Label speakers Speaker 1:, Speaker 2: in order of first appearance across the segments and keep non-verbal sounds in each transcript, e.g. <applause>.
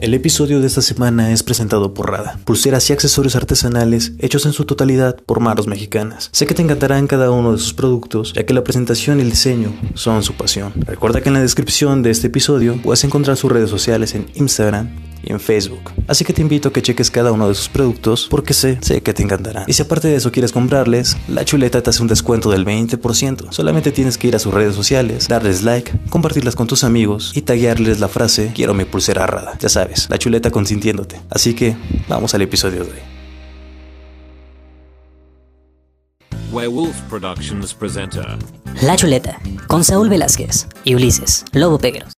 Speaker 1: El episodio de esta semana es presentado por Rada, pulseras y accesorios artesanales hechos en su totalidad por manos mexicanas. Sé que te encantarán cada uno de sus productos, ya que la presentación y el diseño son su pasión. Recuerda que en la descripción de este episodio puedes encontrar sus redes sociales en Instagram y en Facebook. Así que te invito a que cheques cada uno de sus productos porque sé, sé que te encantarán. Y si aparte de eso quieres comprarles, la chuleta te hace un descuento del 20%. Solamente tienes que ir a sus redes sociales, darles like, compartirlas con tus amigos y taguearles la frase quiero mi pulsera rada. Ya sabes, la chuleta consintiéndote. Así que vamos al episodio de hoy.
Speaker 2: Werewolf Productions presenter.
Speaker 3: La Chuleta, con Saúl Velázquez y Ulises, Lobo Pegueros.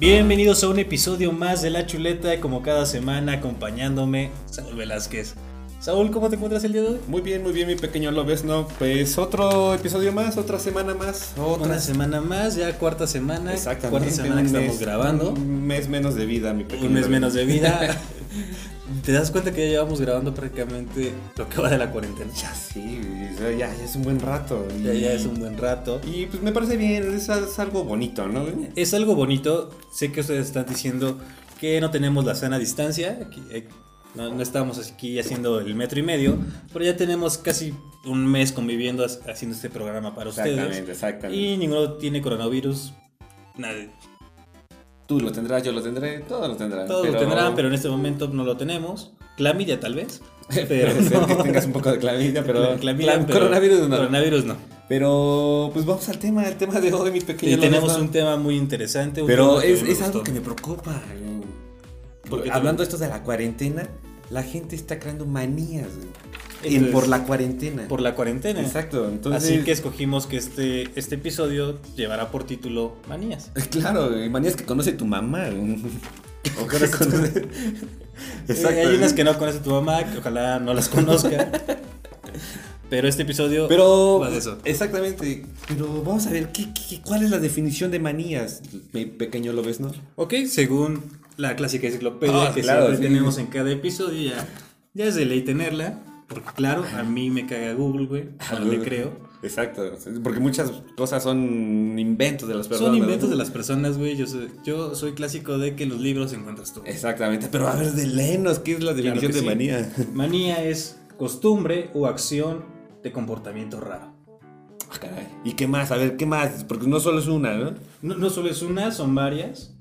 Speaker 4: Bienvenidos a un episodio más de La Chuleta, como cada semana acompañándome Saúl Velázquez. Saúl, ¿cómo te encuentras el día de hoy?
Speaker 5: Muy bien, muy bien, mi pequeño Lobes, ¿no? Pues otro episodio más, otra semana más, otra
Speaker 4: Una semana más, ya cuarta semana.
Speaker 5: Exactamente.
Speaker 4: Cuarta semana que
Speaker 5: un
Speaker 4: estamos
Speaker 5: mes-
Speaker 4: grabando.
Speaker 5: Un mes menos de vida, mi pequeño.
Speaker 4: Un mes
Speaker 5: Lobes.
Speaker 4: menos de vida. ¿Te das cuenta que ya llevamos grabando prácticamente lo que va de la cuarentena?
Speaker 5: <laughs> Ya sí, o sea, ya, ya es un buen rato. y-
Speaker 4: Ya, ya es un buen rato.
Speaker 5: Y pues me parece bien, es, es algo bonito, ¿no?
Speaker 4: Es algo bonito, sé que ustedes están diciendo que no tenemos la sana distancia, que, eh, no, no estamos aquí haciendo el metro y medio, pero ya tenemos casi un mes conviviendo as- haciendo este programa para ustedes.
Speaker 5: Exactamente, exactamente.
Speaker 4: Y ninguno tiene coronavirus, nadie.
Speaker 5: tú lo tendrás, yo lo tendré, todos lo tendrán.
Speaker 4: Todos lo tendrán, pero en este momento no lo tenemos. Clamidia tal vez, pero
Speaker 5: <laughs> Puede ser que
Speaker 4: no. <laughs>
Speaker 5: tengas un poco de clamidia, pero.
Speaker 4: Clamidia,
Speaker 5: Cla-
Speaker 4: pero
Speaker 5: Coronavirus no.
Speaker 4: Coronavirus no.
Speaker 5: Pero pues vamos al tema, el tema de hoy, mi pequeño.
Speaker 4: Y
Speaker 5: Lobes,
Speaker 4: tenemos
Speaker 5: ¿no?
Speaker 4: un tema muy interesante. un
Speaker 5: Pero
Speaker 4: tema que
Speaker 5: es,
Speaker 4: me
Speaker 5: es algo
Speaker 4: gustó.
Speaker 5: que me preocupa. güey.
Speaker 4: Porque
Speaker 5: Hablando esto de la cuarentena, la gente está creando manías güey.
Speaker 4: Entonces,
Speaker 5: En- por la cuarentena.
Speaker 4: Por la cuarentena.
Speaker 5: Exacto, entonces...
Speaker 4: Así que escogimos que este, este episodio llevará por título Manías.
Speaker 5: <laughs> Claro, güey, manías que conoce tu mamá.
Speaker 4: <laughs>
Speaker 5: güey. O que <laughs> conoce...
Speaker 4: Eh, hay unas
Speaker 5: güey.
Speaker 4: que no conoce tu mamá, que ojalá no las conozca. <laughs> pero este episodio
Speaker 5: Pero...
Speaker 4: va de eso.
Speaker 5: Exactamente. Pero vamos a ver, ¿qué, qué- cuál es la definición de manías? Mi pequeño lo ves, ¿no?
Speaker 4: Ok, según la clásica enciclopedia
Speaker 5: Ah,
Speaker 4: que
Speaker 5: claro,
Speaker 4: siempre
Speaker 5: sí.
Speaker 4: tenemos en cada episodio, ya, ya es de ley tenerla. Porque claro, a mí me caga Google, güey. No Ah, le creo.
Speaker 5: Exacto, porque muchas cosas son inventos de las personas.
Speaker 4: Son
Speaker 5: ¿no?
Speaker 4: inventos de las personas, güey. Yo soy, yo soy clásico de que los libros encuentras tú.
Speaker 5: Exactamente, pero a ver, de lenos, ¿qué es la
Speaker 4: Claro
Speaker 5: definición
Speaker 4: que
Speaker 5: de
Speaker 4: sí.
Speaker 5: manía?
Speaker 4: Manía es costumbre o acción de comportamiento raro.
Speaker 5: Ah, caray. ¿Y qué más? A ver, ¿qué más? Porque no solo es una, ¿no?
Speaker 4: No, no solo es una, son varias.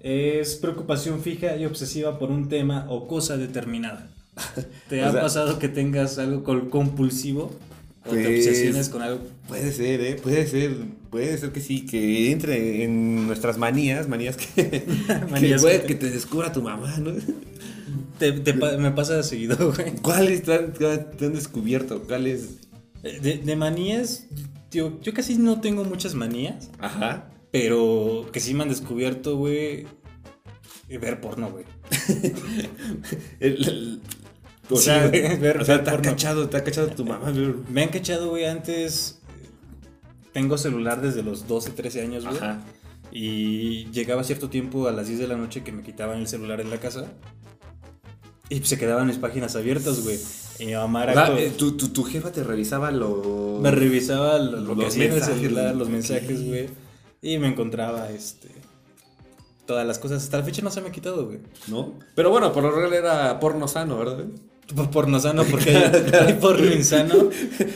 Speaker 4: Es preocupación fija y obsesiva por un tema o cosa
Speaker 5: <laughs>
Speaker 4: determinada. ¿Te
Speaker 5: O
Speaker 4: ha
Speaker 5: sea-
Speaker 4: pasado que tengas algo col- compulsivo? ¿O te
Speaker 5: Pues-
Speaker 4: obsesiones con algo?
Speaker 5: Puede ser, ¿eh? Puede ser, puede ser que sí, que entre en nuestras manías, manías <laughs> que...
Speaker 4: Manías
Speaker 5: que, puede
Speaker 4: que-
Speaker 5: que te descubra tu mamá, <laughs> ¿no?
Speaker 4: Te- te pa- me pasa seguido, <laughs> güey.
Speaker 5: ¿Cuáles te han, te han descubierto? ¿Cuáles?
Speaker 4: De, de manías, yo, yo casi no tengo muchas manías,
Speaker 5: Ajá.
Speaker 4: pero que sí me han descubierto, güey, eh, ver porno, güey.
Speaker 5: El- el- o
Speaker 4: Sí,
Speaker 5: sea, <laughs>
Speaker 4: güey, ver-
Speaker 5: o sea,
Speaker 4: ver
Speaker 5: te ha
Speaker 4: porno.
Speaker 5: cachado, te ha cachado tu mamá. güey.
Speaker 4: Me han cachado, güey, antes. eh, Tengo celular desde los 12, 13 años, güey.
Speaker 5: Ajá.
Speaker 4: Y llegaba cierto tiempo a las 10 de la noche que me quitaban el celular en la casa. Y se quedaban mis páginas abiertas, güey. Y mi mamá
Speaker 5: O
Speaker 4: era
Speaker 5: sea,
Speaker 4: co-
Speaker 5: eh, tu, tu, tu jefa te revisaba los...
Speaker 4: me revisaba lo, lo que
Speaker 5: los
Speaker 4: hacía en el
Speaker 5: mensajes,
Speaker 4: celular, los
Speaker 5: ok.
Speaker 4: mensajes, güey. Y me encontraba, este. Todas las cosas. Hasta la fecha no se me ha quitado, güey.
Speaker 5: ¿No? Pero bueno, por lo general era porno sano, ¿verdad?
Speaker 4: Por porno sano, porque hay,
Speaker 5: <laughs>
Speaker 4: hay porno insano.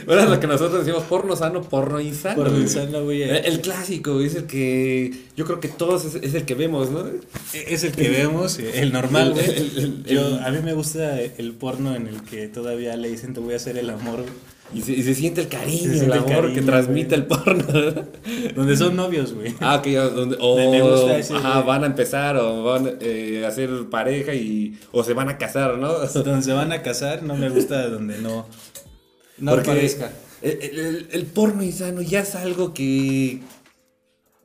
Speaker 5: Bueno, lo que nosotros decimos porno sano, porno insano.
Speaker 4: Porno
Speaker 5: güey.
Speaker 4: insano, güey. eh.
Speaker 5: El, el clásico, güey, es el que yo creo que todos es, es el que vemos, ¿no?
Speaker 4: Es el que vemos, eh, el normal, güey.
Speaker 5: El- el- el-
Speaker 4: Yo- A mí me gusta el porno en el que todavía le dicen te voy a hacer el amor, güey.
Speaker 5: Y se, y se siente el
Speaker 4: Se
Speaker 5: cariño,
Speaker 4: siente
Speaker 5: el
Speaker 4: el
Speaker 5: amor
Speaker 4: cariño,
Speaker 5: que transmite
Speaker 4: güey.
Speaker 5: el porno.
Speaker 4: donde son novios, güey.
Speaker 5: ah, que ya donde o
Speaker 4: Me- me gusta ese,
Speaker 5: ajá,
Speaker 4: güey.
Speaker 5: van a empezar o van eh, a ser pareja y o se van a casar, ¿no?
Speaker 4: Donde se van a casar, no me gusta donde no, no
Speaker 5: Porque
Speaker 4: aparezca. <laughs>
Speaker 5: El, el- el- el porno insano ya es algo que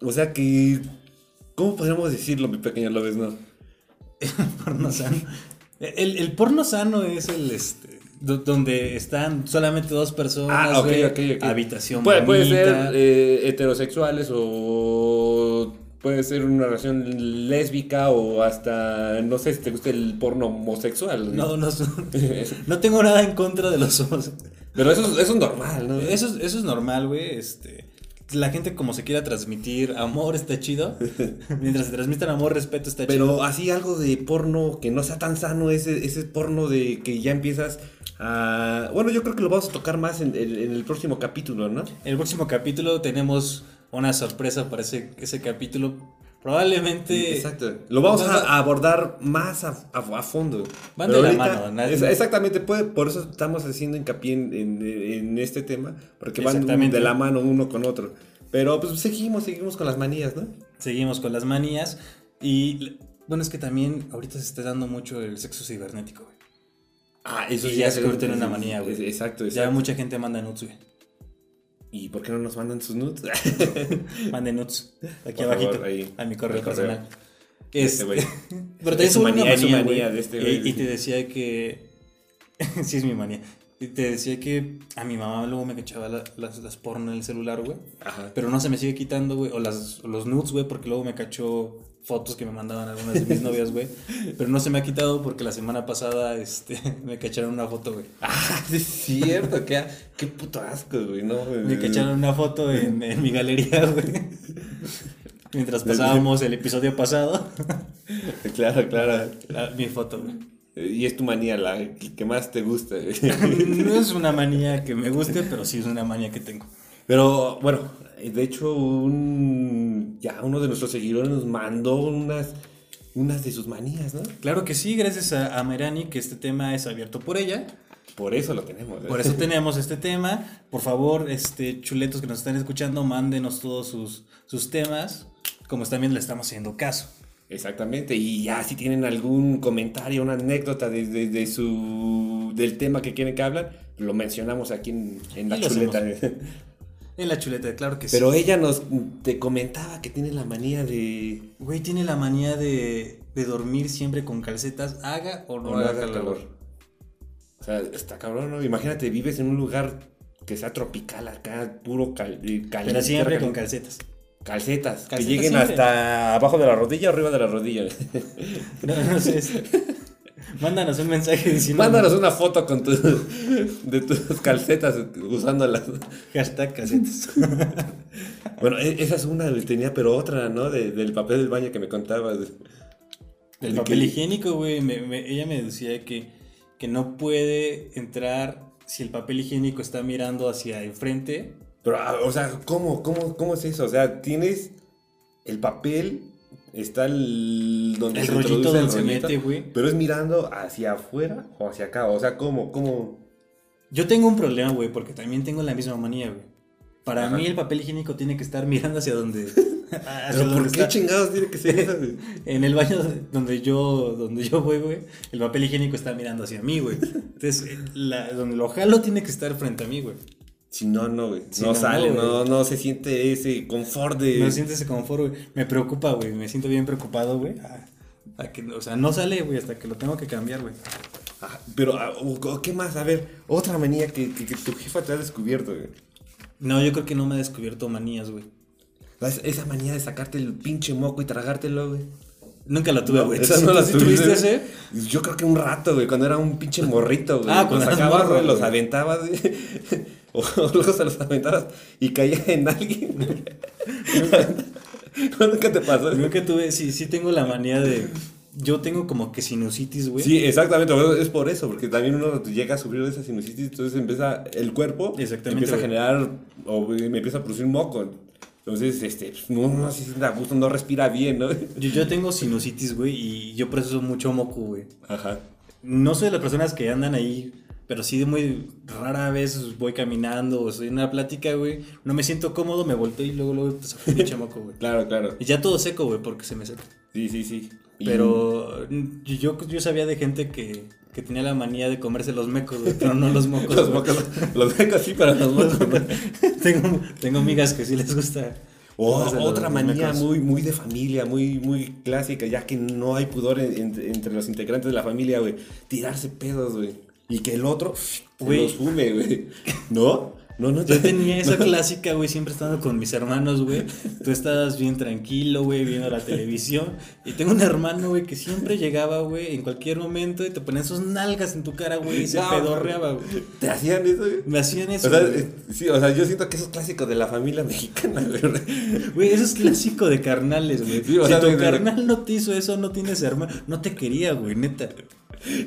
Speaker 5: o sea que ¿cómo podríamos decirlo, mi pequeño López, no?
Speaker 4: Porno sano. El, el porno sano es el este. do- Donde están solamente dos personas,
Speaker 5: Ah, ok,
Speaker 4: güey,
Speaker 5: ok, ok.
Speaker 4: habitación
Speaker 5: Puede, puede
Speaker 4: bonita.
Speaker 5: ser eh, heterosexuales o puede ser una relación lésbica o hasta, no sé si te gusta el porno homosexual.
Speaker 4: No, no,
Speaker 5: <laughs>
Speaker 4: no tengo nada en contra de los homos.
Speaker 5: Ah. Pero eso, es- eso es normal, ¿no?
Speaker 4: Eso, es- eso es normal, güey. Este, la gente como se quiera transmitir amor está
Speaker 5: <laughs>
Speaker 4: chido. Mientras se transmitan amor, respeto está chido.
Speaker 5: Pero así algo de porno que no sea tan sano, ese, ese porno de que ya empiezas a... Bueno, yo creo que lo vamos a tocar más en, en- en el próximo capítulo, ¿no?
Speaker 4: En el próximo capítulo tenemos una sorpresa para ese, ese capítulo. Probablemente.
Speaker 5: Exacto. Lo vamos
Speaker 4: Van-
Speaker 5: a, a abordar más a, a- a fondo.
Speaker 4: Van
Speaker 5: Pero
Speaker 4: de la
Speaker 5: ahorita-
Speaker 4: mano, nadie-
Speaker 5: es- exactamente, puede- por eso estamos haciendo hincapié en, en- en este tema, porque van
Speaker 4: Exactamente.
Speaker 5: de la mano uno con otro. Pero pues seguimos, seguimos con las manías, ¿no?
Speaker 4: Seguimos con las manías. Y bueno, es que también ahorita se está dando mucho el sexo cibernético, güey.
Speaker 5: Ah,
Speaker 4: eso sí
Speaker 5: ya
Speaker 4: ya se convirtió en una manía, güey.
Speaker 5: Exacto,
Speaker 4: Ya
Speaker 5: exacto.
Speaker 4: mucha gente manda nudes, güey.
Speaker 5: ¿Y por qué no nos mandan sus nudes?
Speaker 4: Manden nudes. Aquí
Speaker 5: Por
Speaker 4: abajito.
Speaker 5: favor, ahí.
Speaker 4: a mi correo
Speaker 5: Al correo.
Speaker 4: personal. Este,
Speaker 5: güey.
Speaker 4: Pero también
Speaker 5: Es su
Speaker 4: es una
Speaker 5: manía,
Speaker 4: manía,
Speaker 5: es su
Speaker 4: güey.
Speaker 5: manía de este
Speaker 4: Y-
Speaker 5: güey.
Speaker 4: y, te decía que. <laughs> sí, es mi manía. Y te decía que a mi mamá luego me cachaba la- las, las porno en el celular, güey. <laughs>
Speaker 5: Ajá.
Speaker 4: Pero no se me sigue quitando, güey. O, las, o los nudes, güey, porque luego me cachó fotos que me mandaban algunas de mis novias, güey. Pero no se me ha quitado porque la semana pasada este, <laughs> me cacharon una foto, güey.
Speaker 5: Ah, sí es cierto, qué, qué puto asco, güey. No,
Speaker 4: Me cacharon una foto en, en mi galería, güey. Mientras pasábamos el episodio pasado.
Speaker 5: Claro, claro.
Speaker 4: la- mi foto, güey.
Speaker 5: Y es tu manía, la que más te gusta, güey.
Speaker 4: <laughs> No es una manía que me guste, pero sí es una manía que tengo.
Speaker 5: Pero bueno, eh, de hecho, un, ya uno de nuestros seguidores nos mandó unas, unas de sus manías, ¿no?
Speaker 4: Claro que sí, gracias a, a Merani, que este tema es abierto por ella.
Speaker 5: Por eso lo tenemos. ¿eh?
Speaker 4: Por eso tenemos este tema. Por favor, este chuletos que nos están escuchando, mándenos todos sus, sus temas. Como también le estamos haciendo caso.
Speaker 5: <laughs> Exactamente. Y ya si tienen algún comentario, una anécdota de, de- de su, del tema que quieren que hablan, lo mencionamos aquí en, en la
Speaker 4: Y lo
Speaker 5: chuleta.
Speaker 4: En la chuleta, claro que
Speaker 5: Pero
Speaker 4: sí.
Speaker 5: ella nos te comentaba que tiene la manía de
Speaker 4: Güey, tiene la manía de, de dormir siempre con calcetas, haga o no,
Speaker 5: no
Speaker 4: haga
Speaker 5: haga
Speaker 4: calor.
Speaker 5: calor. O sea, está cabrón, ¿no? Imagínate, vives en un lugar que sea tropical acá, puro cal, eh, caliente.
Speaker 4: Pero siempre con
Speaker 5: caliente.
Speaker 4: calcetas. <laughs>
Speaker 5: calcetas. Que
Speaker 4: Calcetas
Speaker 5: lleguen
Speaker 4: siempre.
Speaker 5: hasta abajo de la rodilla o arriba de
Speaker 4: <laughs>
Speaker 5: la rodilla.
Speaker 4: No, no sé. este, Mándanos un mensaje diciendo.
Speaker 5: Mándanos una foto con tu, de tus calcetas usándolas.
Speaker 4: Hashtag
Speaker 5: <laughs>
Speaker 4: calcetas.
Speaker 5: Bueno, e- esa es una, tenía, pero otra, ¿no? De- del papel del baño que me contabas.
Speaker 4: El
Speaker 5: ¿De
Speaker 4: papel
Speaker 5: qué?
Speaker 4: higiénico, güey. me- me- ella me decía que, que no puede entrar si el papel higiénico está mirando hacia enfrente.
Speaker 5: Pero, ah, o sea, ¿cómo, cómo, cómo es eso? O sea, tienes el papel, está el... Donde
Speaker 4: El
Speaker 5: se
Speaker 4: rollito
Speaker 5: introduce el
Speaker 4: donde se
Speaker 5: rollito,
Speaker 4: mete, güey.
Speaker 5: Pero es mirando hacia afuera o hacia acá. O sea, ¿cómo, cómo?
Speaker 4: Yo tengo un problema, güey, porque también tengo la misma manía, güey. Para
Speaker 5: Ajá.
Speaker 4: mí el papel higiénico tiene que estar mirando hacia
Speaker 5: <laughs>
Speaker 4: donde. hacia
Speaker 5: ¿Pero
Speaker 4: donde
Speaker 5: por qué
Speaker 4: está.
Speaker 5: chingados tiene que ser eso? güey?
Speaker 4: <laughs> En el baño donde yo, donde yo voy, güey, el papel higiénico está mirando hacia mí, güey. Entonces, eh, la- donde lo jalo tiene que estar frente a mí, güey.
Speaker 5: Si no, no, güey.
Speaker 4: Si
Speaker 5: no,
Speaker 4: no, no,
Speaker 5: sale,
Speaker 4: güey.
Speaker 5: no, no se siente ese confort de...
Speaker 4: No sientes ese confort, güey. Me preocupa, güey. Me siento bien preocupado, güey. A- a que- o sea, no sale, güey, hasta que lo tengo que cambiar, güey.
Speaker 5: Ajá, pero, ah, o- o ¿qué más? A ver, otra manía que, que- que tu jefa te ha descubierto, güey.
Speaker 4: No, yo creo que no me ha descubierto manías, güey.
Speaker 5: Es- Esa manía de sacarte el pinche moco y tragártelo, güey.
Speaker 4: Nunca la tuve, güey.
Speaker 5: Esa
Speaker 4: ¿Sí-
Speaker 5: no la
Speaker 4: sí
Speaker 5: tuviste,
Speaker 4: tuviste
Speaker 5: güey.
Speaker 4: ese?
Speaker 5: Yo creo que un rato, güey, cuando era un pinche morrito, güey.
Speaker 4: Ah,
Speaker 5: los
Speaker 4: cuando eras
Speaker 5: sacabas,
Speaker 4: morro,
Speaker 5: güey, los
Speaker 4: güey.
Speaker 5: aventabas, güey. <laughs> O luego se los aventabas y caía en alguien. ¿Cuándo que te <laughs> pasó?
Speaker 4: <laughs>
Speaker 5: eso?
Speaker 4: Nunca tuve, sí, sí tengo la manía de. Yo tengo como que sinusitis, güey.
Speaker 5: Sí, exactamente, güey, es por eso, porque también uno llega a sufrir de esa sinusitis, entonces empieza el cuerpo,
Speaker 4: Exactamente,
Speaker 5: empieza a
Speaker 4: güey.
Speaker 5: generar, o güey, me empieza a producir moco. Entonces, este, pues, no, no se siente a gusto, no respira bien, ¿no? <laughs>
Speaker 4: Yo, yo tengo sinusitis, güey, y yo proceso mucho moco, güey.
Speaker 5: Ajá.
Speaker 4: No soy de las personas que andan ahí, pero sí de muy rara vez voy caminando o estoy en una plática, güey. No me siento cómodo, me volteo y luego, luego empezó a
Speaker 5: <laughs>
Speaker 4: pinche moco, güey.
Speaker 5: Claro, claro.
Speaker 4: Y ya todo seco, güey, porque se me seca.
Speaker 5: Sí, sí, sí. Y-
Speaker 4: Pero mm, yo, yo sabía de gente que, que tenía la manía de comerse los mecos, güey, pero no los mocos.
Speaker 5: <laughs> <laughs> Los
Speaker 4: güey.
Speaker 5: mocos, los mecos sí, pero los mocos no.
Speaker 4: <laughs> tengo, tengo amigas que sí les gusta.
Speaker 5: O-
Speaker 4: comerse los-
Speaker 5: otra
Speaker 4: los
Speaker 5: manía
Speaker 4: mecos.
Speaker 5: muy, muy de familia, muy, muy clásica, ya que no hay pudor en- en- entre los integrantes de la familia, güey. Tirarse pedos, güey. Y que el otro se
Speaker 4: Güey.
Speaker 5: los fume, güey. <laughs> ¿No? No, no,
Speaker 4: Yo <laughs>
Speaker 5: <laughs>
Speaker 4: tenía esa clásica, güey, siempre estando con mis hermanos, güey. Tú estabas bien tranquilo, güey, viendo la televisión. Y tengo un hermano, güey, que siempre llegaba, güey, en cualquier momento y te ponían sus nalgas en tu cara, güey, y se
Speaker 5: No.
Speaker 4: pedorreaba, güey.
Speaker 5: ¿Te hacían eso? güey?
Speaker 4: Me hacían eso.
Speaker 5: O sea,
Speaker 4: güey.
Speaker 5: eh, sí, o sea, yo siento que eso es clásico de la familia <laughs> mexicana, güey.
Speaker 4: Güey, eso es clásico de carnales, güey.
Speaker 5: Sí, o
Speaker 4: si
Speaker 5: sea,
Speaker 4: tu
Speaker 5: de- de-
Speaker 4: carnal no te hizo eso, no tienes hermano. No te quería, güey, neta.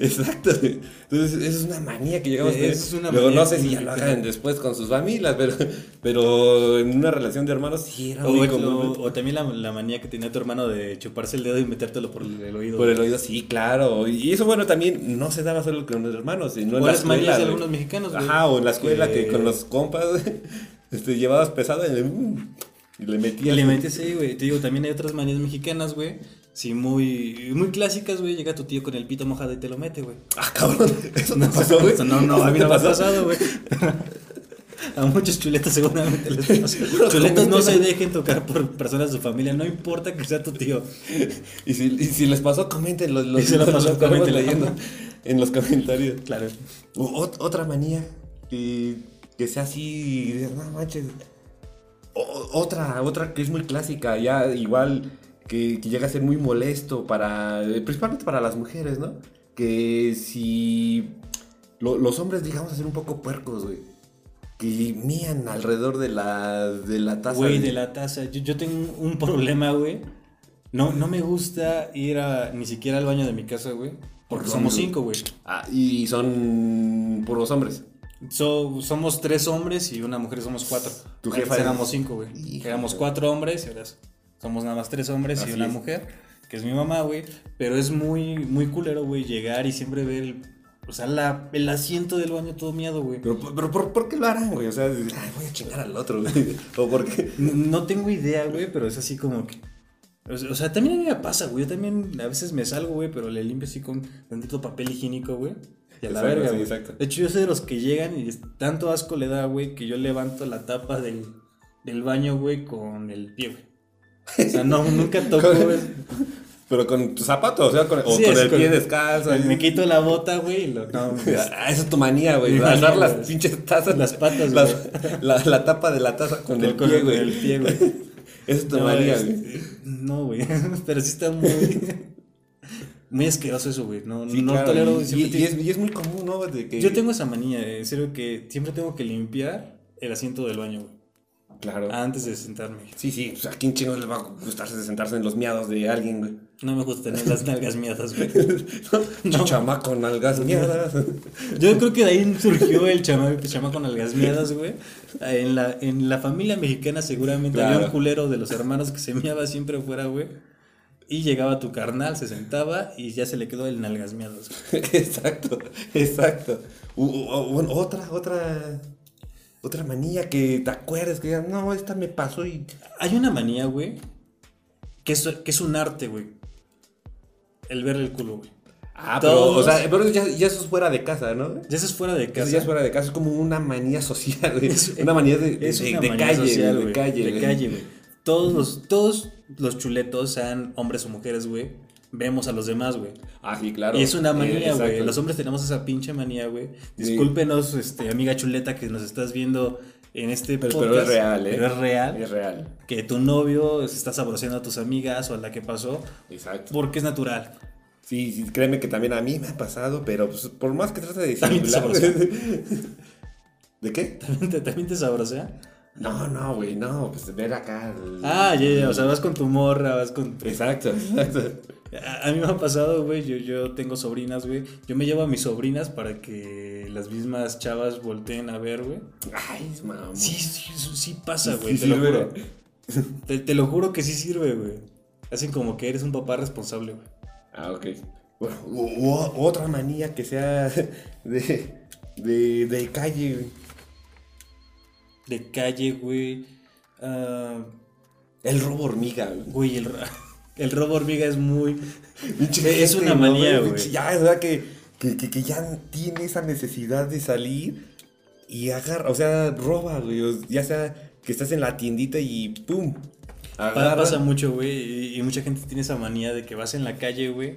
Speaker 5: Exacto. güey. Entonces, eso es una manía que llegamos a
Speaker 4: Eso
Speaker 5: tener.
Speaker 4: es una
Speaker 5: Luego,
Speaker 4: manía
Speaker 5: no sé si ya lo
Speaker 4: mexicana.
Speaker 5: hagan después con sus familias, pero, pero en una relación de hermanos sí era
Speaker 4: O,
Speaker 5: muy
Speaker 4: el-
Speaker 5: común.
Speaker 4: o- o también la, la manía que tenía tu hermano de chuparse el dedo y metértelo por el, el oído.
Speaker 5: Por el oído, sí, claro. Y eso, bueno, también no se daba solo con los hermanos, sino en
Speaker 4: O
Speaker 5: la
Speaker 4: las manías
Speaker 5: escuela.
Speaker 4: de
Speaker 5: güey.
Speaker 4: algunos mexicanos, güey.
Speaker 5: Ajá, o en la escuela que,
Speaker 4: Que-
Speaker 5: con los compas <laughs> este, llevabas pesado y le, mm, y le
Speaker 4: Y
Speaker 5: metías.
Speaker 4: le metes ahí, güey. Te digo, también hay otras manías mexicanas, güey. Sí, muy, muy clásicas, güey. Llega tu tío con el pito mojado y te lo mete, güey.
Speaker 5: Ah, cabrón. <laughs> Eso no pasó, güey.
Speaker 4: Eso no, no, a mí
Speaker 5: ¿Te
Speaker 4: no me ha
Speaker 5: pasó?
Speaker 4: pasado, güey. <laughs> A muchos chuletas seguramente les
Speaker 5: <laughs>
Speaker 4: pasa. Chuletas no se dejen tocar por personas de su familia, no importa que sea tu tío.
Speaker 5: Y si, y si les pasó, coméntenlo. Los,
Speaker 4: Y si les
Speaker 5: los-
Speaker 4: pasó,
Speaker 5: los estamos
Speaker 4: coméntenlo.
Speaker 5: leyendo en los comentarios.
Speaker 4: Claro.
Speaker 5: O- ot- otra manía que, que sea así, de, no manches. O- otra, otra que es muy clásica, ya igual que, que llega a ser muy molesto para, eh, principalmente para las mujeres, ¿no? Que si lo- los hombres digamos a ser un poco puercos, güey. Que mían alrededor de la, de la taza.
Speaker 4: Güey,
Speaker 5: de-
Speaker 4: de la taza. Yo, yo tengo un problema, güey. No, no me gusta ir a, ni siquiera al baño de mi casa, güey. Porque somos cinco, güey.
Speaker 5: Ah, y son puros hombres.
Speaker 4: So- somos tres hombres y una mujer, somos cuatro.
Speaker 5: Tu
Speaker 4: Antes
Speaker 5: jefa es-
Speaker 4: éramos cinco, güey.
Speaker 5: Híjole.
Speaker 4: Éramos cuatro hombres y ahora somos nada más tres hombres
Speaker 5: Así
Speaker 4: y una
Speaker 5: es.
Speaker 4: mujer, que es mi mamá, güey. Pero es muy, muy culero, güey, llegar y siempre ver el, o sea, la- el asiento del baño todo miado, güey.
Speaker 5: Pero, pero ¿por, por qué lo harán, güey? O sea, "Ay, voy a chingar al otro, güey. <laughs> O porque...
Speaker 4: No, no tengo idea, güey, pero es así como que. O sea, o sea, también a mí me pasa, güey. Yo también a veces me salgo, güey, pero le limpio así con tantito papel higiénico, güey. Y a la
Speaker 5: Exacto,
Speaker 4: verga,
Speaker 5: sí,
Speaker 4: güey.
Speaker 5: exacto.
Speaker 4: De hecho, yo soy de los que llegan y es- tanto asco le da, güey, que yo levanto la tapa del, del baño, güey, con el pie, güey. O sea, no,
Speaker 5: <laughs>
Speaker 4: nunca toco,
Speaker 5: Con-
Speaker 4: güey.
Speaker 5: Pero con tu zapato, o sea, con, o
Speaker 4: Sí,
Speaker 5: con
Speaker 4: es
Speaker 5: el
Speaker 4: con-
Speaker 5: pie descalzo.
Speaker 4: Me
Speaker 5: ahí.
Speaker 4: quito la bota, güey, y lo. No, güey.
Speaker 5: <laughs> Ah, esa es tu manía, güey.
Speaker 4: Mi
Speaker 5: Alzar
Speaker 4: manía,
Speaker 5: las
Speaker 4: güey.
Speaker 5: pinches tazas.
Speaker 4: Las patas,
Speaker 5: las- <laughs> la, la tapa de la taza con, el
Speaker 4: Con
Speaker 5: pie, güey.
Speaker 4: el pie, güey.
Speaker 5: <laughs> Esa es tu
Speaker 4: No,
Speaker 5: manía,
Speaker 4: es-
Speaker 5: güey.
Speaker 4: No, güey. <laughs> Pero sí está muy. Muy asqueroso eso, güey. No,
Speaker 5: Sí,
Speaker 4: no
Speaker 5: claro,
Speaker 4: tolero.
Speaker 5: y,
Speaker 4: siempre
Speaker 5: y-
Speaker 4: te-
Speaker 5: y es, y es muy común, ¿no? De que,
Speaker 4: Yo tengo esa manía, eh, en serio, que siempre tengo que limpiar el asiento del baño, güey,
Speaker 5: Claro.
Speaker 4: Antes de sentarme.
Speaker 5: Sí, sí. O sea, ¿a quién chingos les va a gustarse de sentarse en los miados de alguien,
Speaker 4: <laughs>
Speaker 5: güey?
Speaker 4: No me gusta tener las nalgas miadas, güey.
Speaker 5: No. Chamaco,
Speaker 4: <laughs>
Speaker 5: nalgas, miadas.
Speaker 4: Yo creo que de ahí surgió el chama, el chama con nalgas miadas, güey. En la, en la familia mexicana seguramente había un
Speaker 5: Claro.
Speaker 4: culero de los hermanos que se miaba siempre fuera, güey. Y llegaba tu carnal, se sentaba y ya se le quedó el nalgas miadas, güey.
Speaker 5: <laughs> exacto, exacto. U- u- u- bueno, otra, otra. Otra manía que te acuerdes que digas, no, esta me pasó y.
Speaker 4: Hay una manía, güey, que es, que es un arte, güey. El ver el culo, güey.
Speaker 5: Ah,
Speaker 4: Todos.
Speaker 5: pero, o sea, pero ya, ya eso es fuera de casa, ¿no?
Speaker 4: Ya eso es fuera de
Speaker 5: Eso
Speaker 4: casa.
Speaker 5: ya es fuera de casa, es como una manía social, güey.
Speaker 4: Es-
Speaker 5: una manía de, de-
Speaker 4: Es
Speaker 5: de-
Speaker 4: una
Speaker 5: de
Speaker 4: manía
Speaker 5: calle,
Speaker 4: social,
Speaker 5: güey, de
Speaker 4: güey,
Speaker 5: calle,
Speaker 4: de
Speaker 5: güey.
Speaker 4: calle, güey. Todos los, todos los chuletos, sean hombres o mujeres, güey, vemos a los demás, güey.
Speaker 5: Ah, sí, claro.
Speaker 4: Y es una manía,
Speaker 5: Eh,
Speaker 4: güey.
Speaker 5: exacto.
Speaker 4: Los hombres tenemos esa pinche manía, güey.
Speaker 5: Sí.
Speaker 4: Discúlpenos, este, amiga chuleta, que nos estás viendo en este
Speaker 5: Pero,
Speaker 4: podcast.
Speaker 5: pero es real, ¿eh?
Speaker 4: Pero es real.
Speaker 5: Es real.
Speaker 4: Que tu novio se está sabroseando a tus amigas o a la que pasó,
Speaker 5: Exacto.
Speaker 4: porque es natural. <laughs>
Speaker 5: Sí, sí, créeme que también a mí me ha pasado, pero pues, por más que trate de
Speaker 4: También te
Speaker 5: disimular. <laughs> ¿De qué?
Speaker 4: ¿También te, también te sabrosea?
Speaker 5: No, no, güey, no, pues ver acá. el-
Speaker 4: Ah, ya, ya, o sea, vas con tu morra, vas con tu
Speaker 5: Exacto, exacto.
Speaker 4: A, a mí me ha pasado, güey. Yo, yo tengo sobrinas, güey. Yo me llevo a mis sobrinas para que las mismas chavas volteen a ver, güey.
Speaker 5: Ay, mamá.
Speaker 4: Sí, sí, sí, sí pasa,
Speaker 5: Sí,
Speaker 4: güey.
Speaker 5: sí
Speaker 4: te lo
Speaker 5: sirve.
Speaker 4: juro. Te, te lo juro que sí sirve, güey. Hacen como que eres un papá responsable, güey.
Speaker 5: Ah, ok. Bueno, u- u- otra manía que sea de, de, de calle, güey.
Speaker 4: De calle, güey. Ah,
Speaker 5: El robo hormiga, güey.
Speaker 4: güey, el, <laughs> ro- el robo hormiga es muy.
Speaker 5: Pinche
Speaker 4: Es
Speaker 5: gente,
Speaker 4: una
Speaker 5: ¿no,
Speaker 4: manía, güey.
Speaker 5: Pinche- Ya, es verdad que, que, que- que ya tiene esa necesidad de salir y agarra, o sea, roba, güey. o Ya sea que estás en la tiendita y ¡pum!
Speaker 4: Pa-
Speaker 5: Agarra.
Speaker 4: Pasa mucho, güey, y, y mucha gente tiene esa manía de que vas en la calle, güey,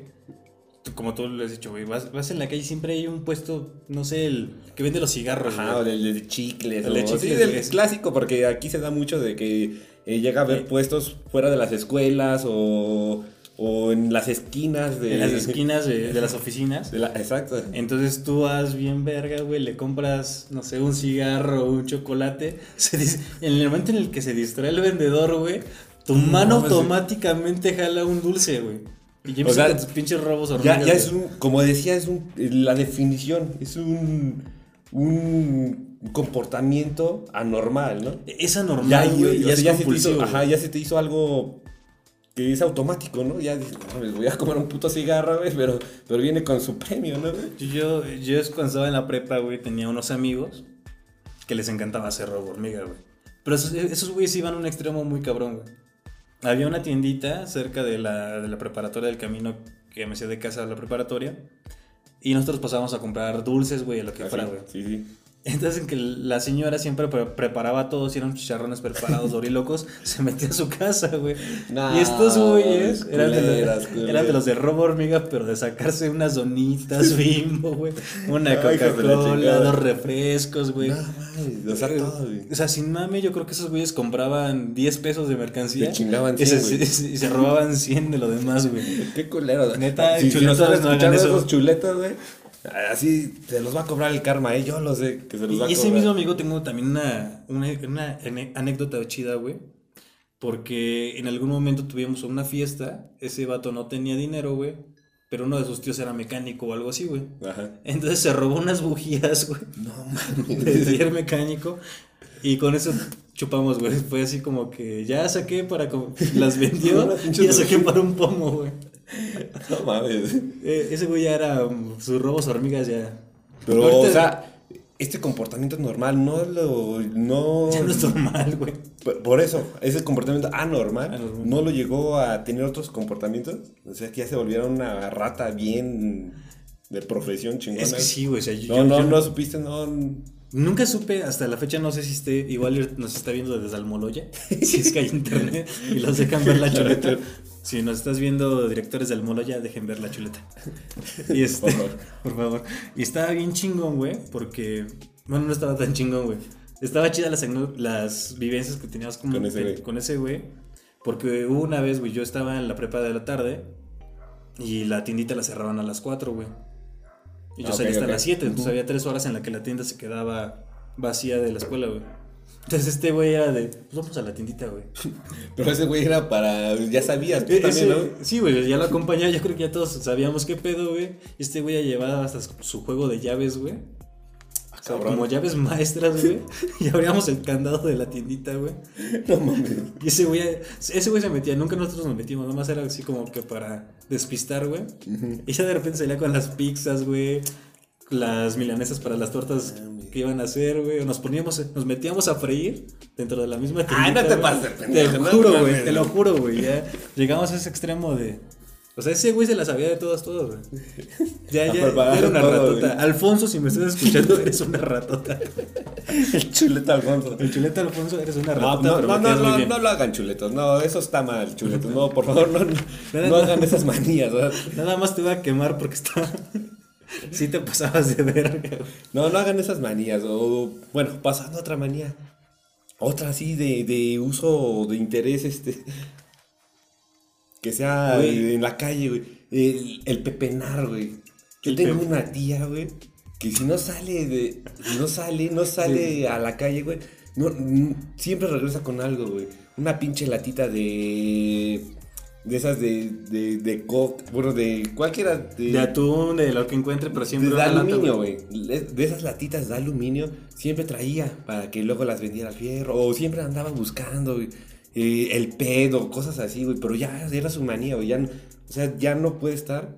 Speaker 4: tú como tú lo has dicho, güey, vas, vas en la calle y siempre hay un puesto, no sé, el que vende los cigarros,
Speaker 5: Ajá, o
Speaker 4: güey.
Speaker 5: del, del chicle.
Speaker 4: El de
Speaker 5: o-
Speaker 4: chicles,
Speaker 5: sí, del
Speaker 4: güey.
Speaker 5: clásico, porque aquí se da mucho de que eh, llega a haber
Speaker 4: Sí.
Speaker 5: puestos fuera de las escuelas o, o en las esquinas de
Speaker 4: en
Speaker 5: <laughs>
Speaker 4: las esquinas de, de las oficinas.
Speaker 5: de la- exacto.
Speaker 4: Entonces tú vas bien verga, güey, le compras, no sé, un cigarro o un chocolate. <laughs> Se dis- en el momento en el que se distrae el vendedor, güey, tu mano
Speaker 5: mames,
Speaker 4: automáticamente jala un dulce, güey. Y ya
Speaker 5: O sea,
Speaker 4: empiezan tus pinches robos
Speaker 5: Ya,
Speaker 4: hormigas,
Speaker 5: ya es
Speaker 4: güey.
Speaker 5: un, como decía, es un, eh, la definición, es un, un comportamiento anormal, ¿no?
Speaker 4: Es anormal, güey,
Speaker 5: o
Speaker 4: ya
Speaker 5: sea,
Speaker 4: es
Speaker 5: se te hizo,
Speaker 4: compulsivo,
Speaker 5: ajá,
Speaker 4: güey.
Speaker 5: ya se te hizo algo que es automático, ¿no? Ya dices, "No, mames, voy a comer un puto cigarro, güey, pero, pero viene con su premio, ¿no?
Speaker 4: Yo, yo es cuando estaba en la prepa, güey, tenía unos amigos que les encantaba hacer robo hormiga, güey. Pero esos, esos güeyes iban a un extremo muy cabrón, güey. Había una tiendita cerca de la, de la preparatoria del camino que me hacía de casa a la preparatoria. Y nosotros pasábamos a comprar dulces, güey, a lo que fuera,
Speaker 5: Así,
Speaker 4: güey.
Speaker 5: Ah, sí, sí.
Speaker 4: Entonces, en que la señora siempre pre- preparaba todo, si eran chicharrones preparados, dorilocos, <laughs> se metía a su casa, güey.
Speaker 5: No,
Speaker 4: y estos güeyes
Speaker 5: culeras,
Speaker 4: eran, de los-
Speaker 5: culeras.
Speaker 4: eran de los de robo hormiga, pero de sacarse unas donitas bimbo,
Speaker 5: <laughs>
Speaker 4: güey. Una
Speaker 5: No, hijos de la
Speaker 4: Coca-Cola,
Speaker 5: chingada.
Speaker 4: dos refrescos, güey.
Speaker 5: No, mames, o sea, todo, güey.
Speaker 4: O sea, sin mame, yo creo que esos güeyes compraban 10 pesos de mercancía.
Speaker 5: Te chingaban
Speaker 4: y, se,
Speaker 5: 100, güey.
Speaker 4: y se- <laughs> y se robaban 100 de lo demás, güey.
Speaker 5: Qué culero.
Speaker 4: Neta,
Speaker 5: si, si
Speaker 4: chuletas
Speaker 5: nos
Speaker 4: no
Speaker 5: han
Speaker 4: hagan
Speaker 5: escuchado
Speaker 4: eso.
Speaker 5: esos chuletas, güey. Así se los va a cobrar el karma, ¿eh? Yo lo sé que se los va a
Speaker 4: Y ese
Speaker 5: cobrar.
Speaker 4: mismo amigo tengo también una, una, una ane- anécdota chida, güey. Porque en algún momento tuvimos una fiesta, ese vato no tenía dinero, güey. Pero uno de sus tíos era mecánico o algo así, güey.
Speaker 5: Ajá. <laughs>
Speaker 4: Entonces se robó unas bujías, güey, <laughs>
Speaker 5: No
Speaker 4: del
Speaker 5: mames.
Speaker 4: taller mecánico. Y con eso chupamos, güey. Fue así como que ya saqué para... co- <laughs> Las vendió
Speaker 5: <laughs> Unas pinches
Speaker 4: y ya saqué
Speaker 5: bujías.
Speaker 4: para un pomo, güey.
Speaker 5: no mames.
Speaker 4: Eh, ese güey ya era... mm, Sus robos hormigas ya...
Speaker 5: Pero,
Speaker 4: Ahorita-
Speaker 5: o sea, este comportamiento es normal, no lo.
Speaker 4: <laughs>
Speaker 5: No,
Speaker 4: Ya no es normal, güey.
Speaker 5: Por- Por eso, ese comportamiento anormal,
Speaker 4: Anormal.
Speaker 5: no lo llegó a tener otros comportamientos. O sea, que ya se volvieron una rata bien de profesión chingona.
Speaker 4: Es que sí, güey. O sea, yo-
Speaker 5: No,
Speaker 4: yo-
Speaker 5: no,
Speaker 4: yo-
Speaker 5: no supiste, no.
Speaker 4: Nunca supe, hasta la fecha no sé si esté, igual nos está viendo desde Almoloya,
Speaker 5: <laughs>
Speaker 4: si es que hay internet y los dejan ver la chuleta. Si nos estás viendo, directores de Almoloya, dejen ver la chuleta. Y este, por
Speaker 5: <laughs> Por
Speaker 4: favor.
Speaker 5: favor.
Speaker 4: Y estaba bien chingón, güey, porque, bueno, no estaba tan chingón, güey. Estaba chida las, anécdo- las vivencias que teníamos como
Speaker 5: Con ese
Speaker 4: que-
Speaker 5: güey.
Speaker 4: con ese güey. Porque hubo una vez, güey, yo estaba en la prepa de la tarde y la tiendita la cerraban a las 4, güey. Y yo
Speaker 5: Ah, ok,
Speaker 4: salí hasta
Speaker 5: ok.
Speaker 4: las 7, entonces había 3 horas en la que la tienda se quedaba vacía de la escuela, güey. Entonces este güey era de, pues vamos a la tiendita,
Speaker 5: <laughs>
Speaker 4: güey.
Speaker 5: Pero ese güey era para. Ya sabías, tú
Speaker 4: E-
Speaker 5: también,
Speaker 4: ese-
Speaker 5: ¿no?
Speaker 4: Sí, güey, ya lo acompañaba, yo creo que ya todos sabíamos qué pedo, güey. Y Este güey ya llevaba hasta su juego de llaves, güey. O sea, <laughs>
Speaker 5: cabrón.
Speaker 4: como llaves maestras, güey. <laughs> Y abríamos el candado de la tiendita, güey.
Speaker 5: No mames.
Speaker 4: Y ese güey, ese güey se metía, nunca nosotros nos metimos, nomás era así como que para despistar, güey. Y ya de repente salía con las pizzas, güey, las milanesas para las tortas
Speaker 5: Ah,
Speaker 4: que iban a hacer, güey. Nos poníamos, nos metíamos a freír dentro de la misma tienda.
Speaker 5: Ah, no te pases de
Speaker 4: Te
Speaker 5: pendejo, no
Speaker 4: juro,
Speaker 5: mames.
Speaker 4: güey, te lo juro, güey. Ya llegamos a ese extremo de. O sea, ese güey se la sabía de todas, todas, güey. Ya,
Speaker 5: A
Speaker 4: ya,
Speaker 5: preparar
Speaker 4: era una
Speaker 5: todo,
Speaker 4: ratota.
Speaker 5: güey.
Speaker 4: Alfonso, si me
Speaker 5: <laughs>
Speaker 4: estás escuchando, eres una ratota.
Speaker 5: El chuleta Alfonso.
Speaker 4: El chuleta Alfonso, eres una
Speaker 5: No,
Speaker 4: ratota.
Speaker 5: no,
Speaker 4: pero
Speaker 5: no,
Speaker 4: me
Speaker 5: no,
Speaker 4: caes muy
Speaker 5: no,
Speaker 4: bien.
Speaker 5: no lo hagan chuletos, no, eso está mal, chuletos, no, por
Speaker 4: <laughs>
Speaker 5: favor, no, no,
Speaker 4: no.
Speaker 5: no hagan esas manías, ¿verdad?
Speaker 4: Nada más te voy a quemar porque está. <laughs> Sí te pasabas de verga.
Speaker 5: No, no hagan esas manías. O, bueno, pasando a otra manía. Otra así de, de uso de interés, este. Que sea
Speaker 4: Güey.
Speaker 5: en la calle, güey. El, el pepenar, güey. Yo
Speaker 4: El
Speaker 5: tengo
Speaker 4: pepe-
Speaker 5: una tía, güey. Que si no sale de. si no sale, no sale a la calle, güey. No, n- siempre regresa con algo, güey. Una pinche latita de. De esas de. de, de coca. Bueno, de cualquiera.
Speaker 4: De atún, de lo que encuentre, pero siempre.
Speaker 5: de
Speaker 4: una lata,
Speaker 5: aluminio, güey. De esas latitas de aluminio siempre traía para que luego las vendiera al fierro. O siempre andaba buscando, güey, eh, el pedo, cosas así, güey. Pero ya era su manía, güey. Ya, no- o sea, ya no puede estar.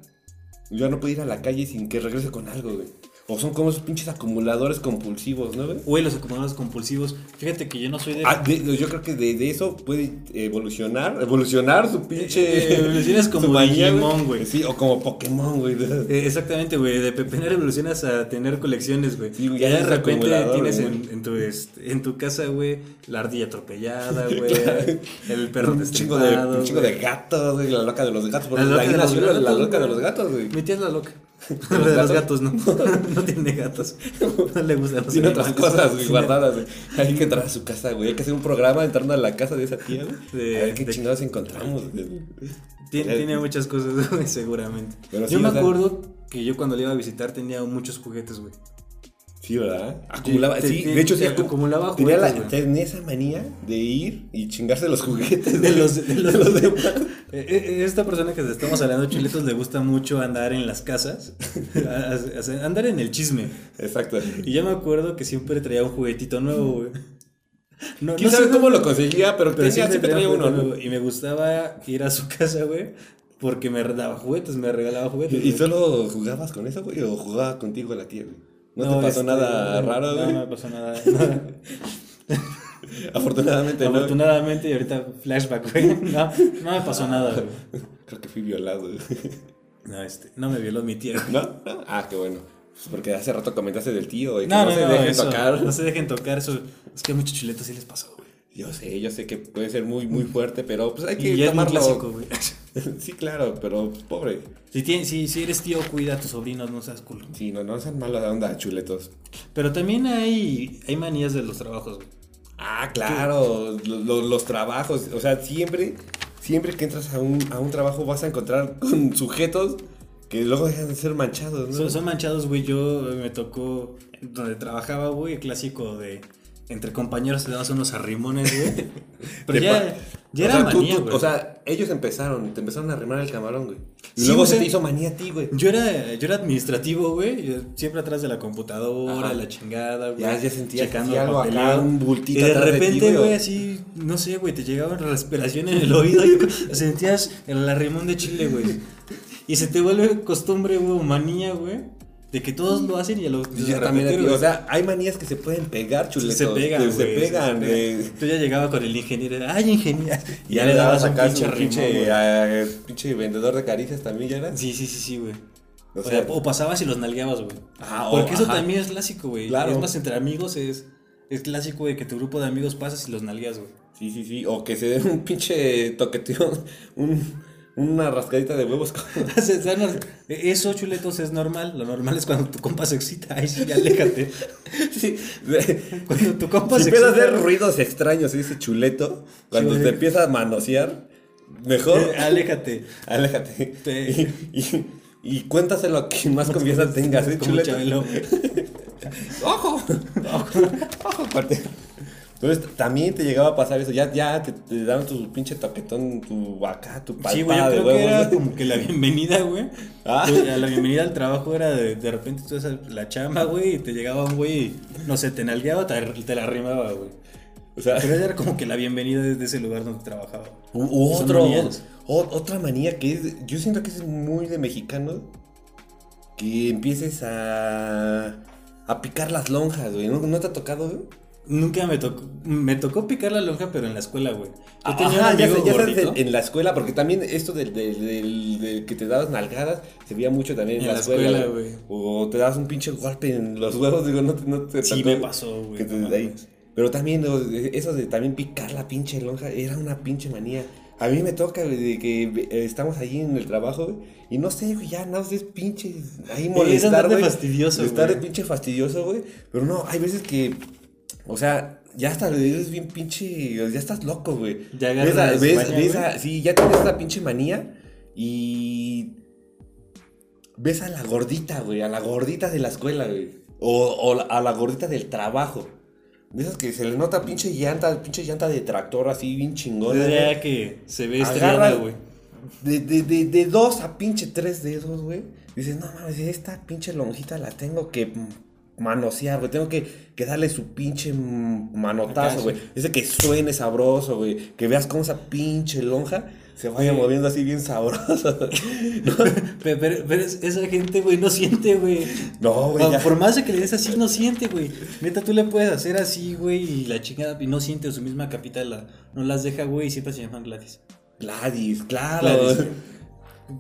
Speaker 5: Ya no puede ir a la calle sin que regrese con algo, güey. O son como esos pinches acumuladores compulsivos, ¿no? güey?
Speaker 4: Güey, los acumuladores compulsivos. Fíjate que yo no soy de.
Speaker 5: Ah, de- yo creo que de, de eso puede evolucionar, evolucionar su pinche.
Speaker 4: Eh, evolucionas como
Speaker 5: <laughs> su manía,
Speaker 4: Digimon, güey.
Speaker 5: Sí, o como Pokémon, güey.
Speaker 4: Eh, Exactamente, güey. De pepenar evolucionas a tener colecciones, güey.
Speaker 5: Sí,
Speaker 4: y
Speaker 5: güey,
Speaker 4: ya
Speaker 5: ya
Speaker 4: de
Speaker 5: es
Speaker 4: repente
Speaker 5: acumulador,
Speaker 4: tienes
Speaker 5: güey.
Speaker 4: en, en tu, este, en tu casa, güey, la ardilla
Speaker 5: <laughs>
Speaker 4: atropellada, güey. el perro
Speaker 5: Un chingo de,
Speaker 4: destripado.
Speaker 5: un chingo de
Speaker 4: güey.
Speaker 5: gatos, güey, la loca de los gatos.
Speaker 4: La
Speaker 5: la,
Speaker 4: loca de los
Speaker 5: nació la- la
Speaker 4: gatos,
Speaker 5: loca de
Speaker 4: güey.
Speaker 5: los gatos, güey.
Speaker 4: Mi tía es <laughs> la loca.
Speaker 5: ¿De los
Speaker 4: De los gatos,
Speaker 5: gatos?
Speaker 4: no. <laughs> no tiene gatos. No le gustan los
Speaker 5: Tiene otras
Speaker 4: animales.
Speaker 5: cosas, güey,
Speaker 4: Tiene-
Speaker 5: guardadas, güey. Hay que entrar a su casa, güey. Hay que hacer un programa entrando a la casa de esa tía, güey.
Speaker 4: De-
Speaker 5: a ver qué
Speaker 4: de-
Speaker 5: chingados encontramos, güey.
Speaker 4: Tiene, tiene muchas cosas, <laughs> güey, seguramente.
Speaker 5: Pero
Speaker 4: yo
Speaker 5: sí,
Speaker 4: me
Speaker 5: o sea-
Speaker 4: acuerdo que yo cuando le iba a visitar tenía muchos juguetes, güey.
Speaker 5: Sí, ¿verdad? Acumulaba,
Speaker 4: Te-
Speaker 5: sí.
Speaker 4: te-
Speaker 5: De hecho, sí,
Speaker 4: te acumulaba
Speaker 5: tenía, la-
Speaker 4: juguetes, güey.
Speaker 5: tenía esa manía de ir y chingarse los juguetes
Speaker 4: De los, de los,
Speaker 5: <laughs> de los demás.
Speaker 4: Eh, eh, Esta persona que te estamos hablando, Chuletos, le gusta mucho andar en las casas, <laughs> a- a- a- andar en el chisme.
Speaker 5: Exacto.
Speaker 4: Y yo me acuerdo que siempre traía un juguetito nuevo, güey. No,
Speaker 5: Quién
Speaker 4: no
Speaker 5: sabe
Speaker 4: sé
Speaker 5: cómo lo conseguía, pero,
Speaker 4: Pero
Speaker 5: tenía, siempre traía uno,
Speaker 4: juguete
Speaker 5: ¿no?
Speaker 4: nuevo. Y me gustaba ir a su <laughs> casa, güey, porque me daba juguetes, me regalaba
Speaker 5: ¿Y,
Speaker 4: juguetes.
Speaker 5: y
Speaker 4: güey.
Speaker 5: solo jugabas con eso, güey? ¿O jugaba contigo la tía, güey? ¿No, te pasó
Speaker 4: este,
Speaker 5: nada
Speaker 4: no,
Speaker 5: raro,
Speaker 4: No,
Speaker 5: güey?
Speaker 4: no me pasó nada. nada.
Speaker 5: <laughs> Afortunadamente, no.
Speaker 4: Afortunadamente, y ahorita flashback, güey. <laughs> No, no me pasó nada, güey.
Speaker 5: <laughs> Creo que fui violado, güey.
Speaker 4: No, este, no me violó mi tía. güey.
Speaker 5: ¿No? ¿No? <laughs> Ah, qué bueno. Pues Porque hace rato comentaste del tío, güey, que
Speaker 4: No,
Speaker 5: no,
Speaker 4: no,
Speaker 5: se
Speaker 4: no,
Speaker 5: dejen
Speaker 4: eso,
Speaker 5: tocar. <laughs>
Speaker 4: No se dejen tocar eso. Es que a muchos chuletos sí les pasó, güey.
Speaker 5: Yo sé, yo sé que puede ser muy, muy fuerte, pero pues hay que
Speaker 4: Y ya es muy
Speaker 5: tomarlo.
Speaker 4: clásico, güey. <laughs>
Speaker 5: <laughs> sí, claro, pero pues, pobre.
Speaker 4: Si, tienes- si, si eres tío, cuida a tus sobrinos, no seas culo.
Speaker 5: Sí, no, no sean malos de onda, chuletos.
Speaker 4: Pero también hay, hay manías de los trabajos, güey.
Speaker 5: Ah, claro, lo- lo- los trabajos. O sea, siempre, siempre que entras a un, a un trabajo vas a encontrar con sujetos que luego dejan de ser manchados, ¿no?
Speaker 4: Son, son manchados, güey. Yo eh, me tocó donde trabajaba, güey, el clásico de entre compañeros te dabas unos arrimones, güey.
Speaker 5: <laughs>
Speaker 4: Pero
Speaker 5: De
Speaker 4: ya,
Speaker 5: pa-
Speaker 4: ya
Speaker 5: o
Speaker 4: era
Speaker 5: sea, tú-
Speaker 4: manía,
Speaker 5: tú-
Speaker 4: güey.
Speaker 5: O sea, ellos empezaron, te empezaron a arrimar el camarón, güey. Y
Speaker 4: Sí,
Speaker 5: luego
Speaker 4: o
Speaker 5: se
Speaker 4: sea-
Speaker 5: te hizo manía a ti, güey.
Speaker 4: yo era, yo era administrativo, güey. yo Siempre atrás de la computadora,
Speaker 5: Ajá.
Speaker 4: la chingada, güey.
Speaker 5: Ya- ya sentías
Speaker 4: checando
Speaker 5: así algo acá,
Speaker 4: papeleo.
Speaker 5: un bultito
Speaker 4: Y de
Speaker 5: atrás de ti,
Speaker 4: repente,
Speaker 5: güey, o-
Speaker 4: güey, así, no sé, güey, te llegaba una respiración en el oído. y <laughs> sentías el arrimón de chile, güey. Y se te vuelve costumbre, güey, o manía, güey. De que todos lo hacen y a los.
Speaker 5: Y ya también a ti, o sea, hay manías que se pueden pegar, chuletos.
Speaker 4: se pegan,
Speaker 5: que
Speaker 4: güey.
Speaker 5: se pegan, eh.
Speaker 4: Tú ya llegabas con el ingeniero. Ay, ingeniero.
Speaker 5: Y <laughs> ya le dabas acá su
Speaker 4: rimón,
Speaker 5: pinche,
Speaker 4: güey.
Speaker 5: a- pinche vendedor de caricias también, ¿ya era?
Speaker 4: Sí, sí, sí, sí, güey.
Speaker 5: O
Speaker 4: O,
Speaker 5: sea-
Speaker 4: sea, o pasabas y los nalgueabas, güey.
Speaker 5: Ajá, o-
Speaker 4: Porque eso
Speaker 5: ajá.
Speaker 4: también es clásico, güey.
Speaker 5: Claro.
Speaker 4: Es más, entre amigos es, es clásico de que tu grupo de amigos pasas y los nalgueas, güey. <laughs>
Speaker 5: Sí, sí, sí. O que se den un pinche toqueteo, un- una rascadita de huevos. con- <laughs>
Speaker 4: O sea, no- eso, chuletos, es normal. Lo normal es cuando tu compa se excita. Ay, sí, aléjate. <laughs>
Speaker 5: sí.
Speaker 4: Cuando tu compa
Speaker 5: si
Speaker 4: se
Speaker 5: empieza a
Speaker 4: excita.
Speaker 5: hacer ruidos extraños, ese chuleto, cuando
Speaker 4: güey.
Speaker 5: te empieza a manosear, mejor
Speaker 4: eh, aléjate.
Speaker 5: <laughs> aléjate.
Speaker 4: Te-
Speaker 5: Y, y, y cuéntaselo a quien más confianza tengas, ¿eh,
Speaker 4: Como
Speaker 5: chuleto?
Speaker 4: Chabelo, güey.
Speaker 5: ¡Ojo! ¡Ojo! ¡Ojo! <laughs> Aparte. Entonces t- también te llegaba a pasar eso, ya, ya te, te daban tu pinche toquetón, tu acá, tu palpada
Speaker 4: Sí, güey, yo
Speaker 5: de
Speaker 4: creo
Speaker 5: huevos.
Speaker 4: que era
Speaker 5: ¿no?
Speaker 4: como que la bienvenida, güey.
Speaker 5: <laughs> Ah.
Speaker 4: Tú- a La bienvenida al trabajo era de, de repente tú ibas a la chamba, güey, y te llegaba un güey, y, no sé, te nalgueaba, te, te la arrimaba, güey.
Speaker 5: O sea,
Speaker 4: Pero era como que la bienvenida desde ese lugar donde trabajaba.
Speaker 5: U- u
Speaker 4: Son
Speaker 5: otro,
Speaker 4: manías.
Speaker 5: o- otra manía que es, yo siento que es muy de mexicano, que empieces a, a picar las lonjas, güey. ¿No, no te ha tocado, güey?
Speaker 4: Nunca me tocó, me tocó picar la lonja, pero en la escuela, güey. Yo tenía un
Speaker 5: Ajá, Ah, ya,
Speaker 4: amigo
Speaker 5: sé- ya sabes,
Speaker 4: gordito.
Speaker 5: en, en la escuela, porque también esto del, del- del- del que te dabas nalgadas se veía mucho también en, la, escuela, güey.
Speaker 4: güey.
Speaker 5: O te dabas un pinche golpe en los huevos, digo, no te. No te
Speaker 4: Sí
Speaker 5: tocó
Speaker 4: me pasó, güey,
Speaker 5: que te-
Speaker 4: no
Speaker 5: ahí.
Speaker 4: mames.
Speaker 5: Pero también o- eso de también picar la pinche lonja era una pinche manía. A mí me toca, güey, de que eh, estamos ahí en el trabajo, güey, y no sé, güey, ya no sé, pinche. Ahí molestar,
Speaker 4: andar de
Speaker 5: güey.
Speaker 4: fastidioso,
Speaker 5: de Estar de
Speaker 4: güey.
Speaker 5: pinche fastidioso, güey. Pero no, hay veces que. O sea, ya hasta eres bien pinche. Ya estás loco, güey.
Speaker 4: Ya
Speaker 5: ves,
Speaker 4: agarras
Speaker 5: a- ves-
Speaker 4: maña,
Speaker 5: ves
Speaker 4: güey.
Speaker 5: a- Sí, ya tienes esta pinche manía. Y. Ves a la gordita, güey. A la gordita de la escuela, güey. O, o la- a la gordita del trabajo. De esas que se le nota pinche llanta, pinche llanta de tractor así, bien chingona. güey.
Speaker 4: Tendría que se ve
Speaker 5: Agarra,
Speaker 4: estrellada, güey.
Speaker 5: De, de, de, de dos a pinche tres dedos, güey. Dices, no mames, esta pinche lonjita la tengo que mm, manosear, güey. Tengo que, que darle su pinche mm,
Speaker 4: Acá,
Speaker 5: manotazo,
Speaker 4: sí.
Speaker 5: güey. Dice que suene sabroso, güey. Que veas cómo esa pinche lonja se vaya moviendo así bien sabroso. <laughs>
Speaker 4: Pero, pero- pero es- esa gente, güey, no siente, güey.
Speaker 5: No, güey,
Speaker 4: O-
Speaker 5: ya.
Speaker 4: Por más de que le des así, no siente, güey. Neta, tú le puedes hacer así, güey, y la chingada, y no siente su misma capital, la- no las deja, güey, y siempre se llaman Gladys.
Speaker 5: Gladys, claro.
Speaker 4: Gladys, güey.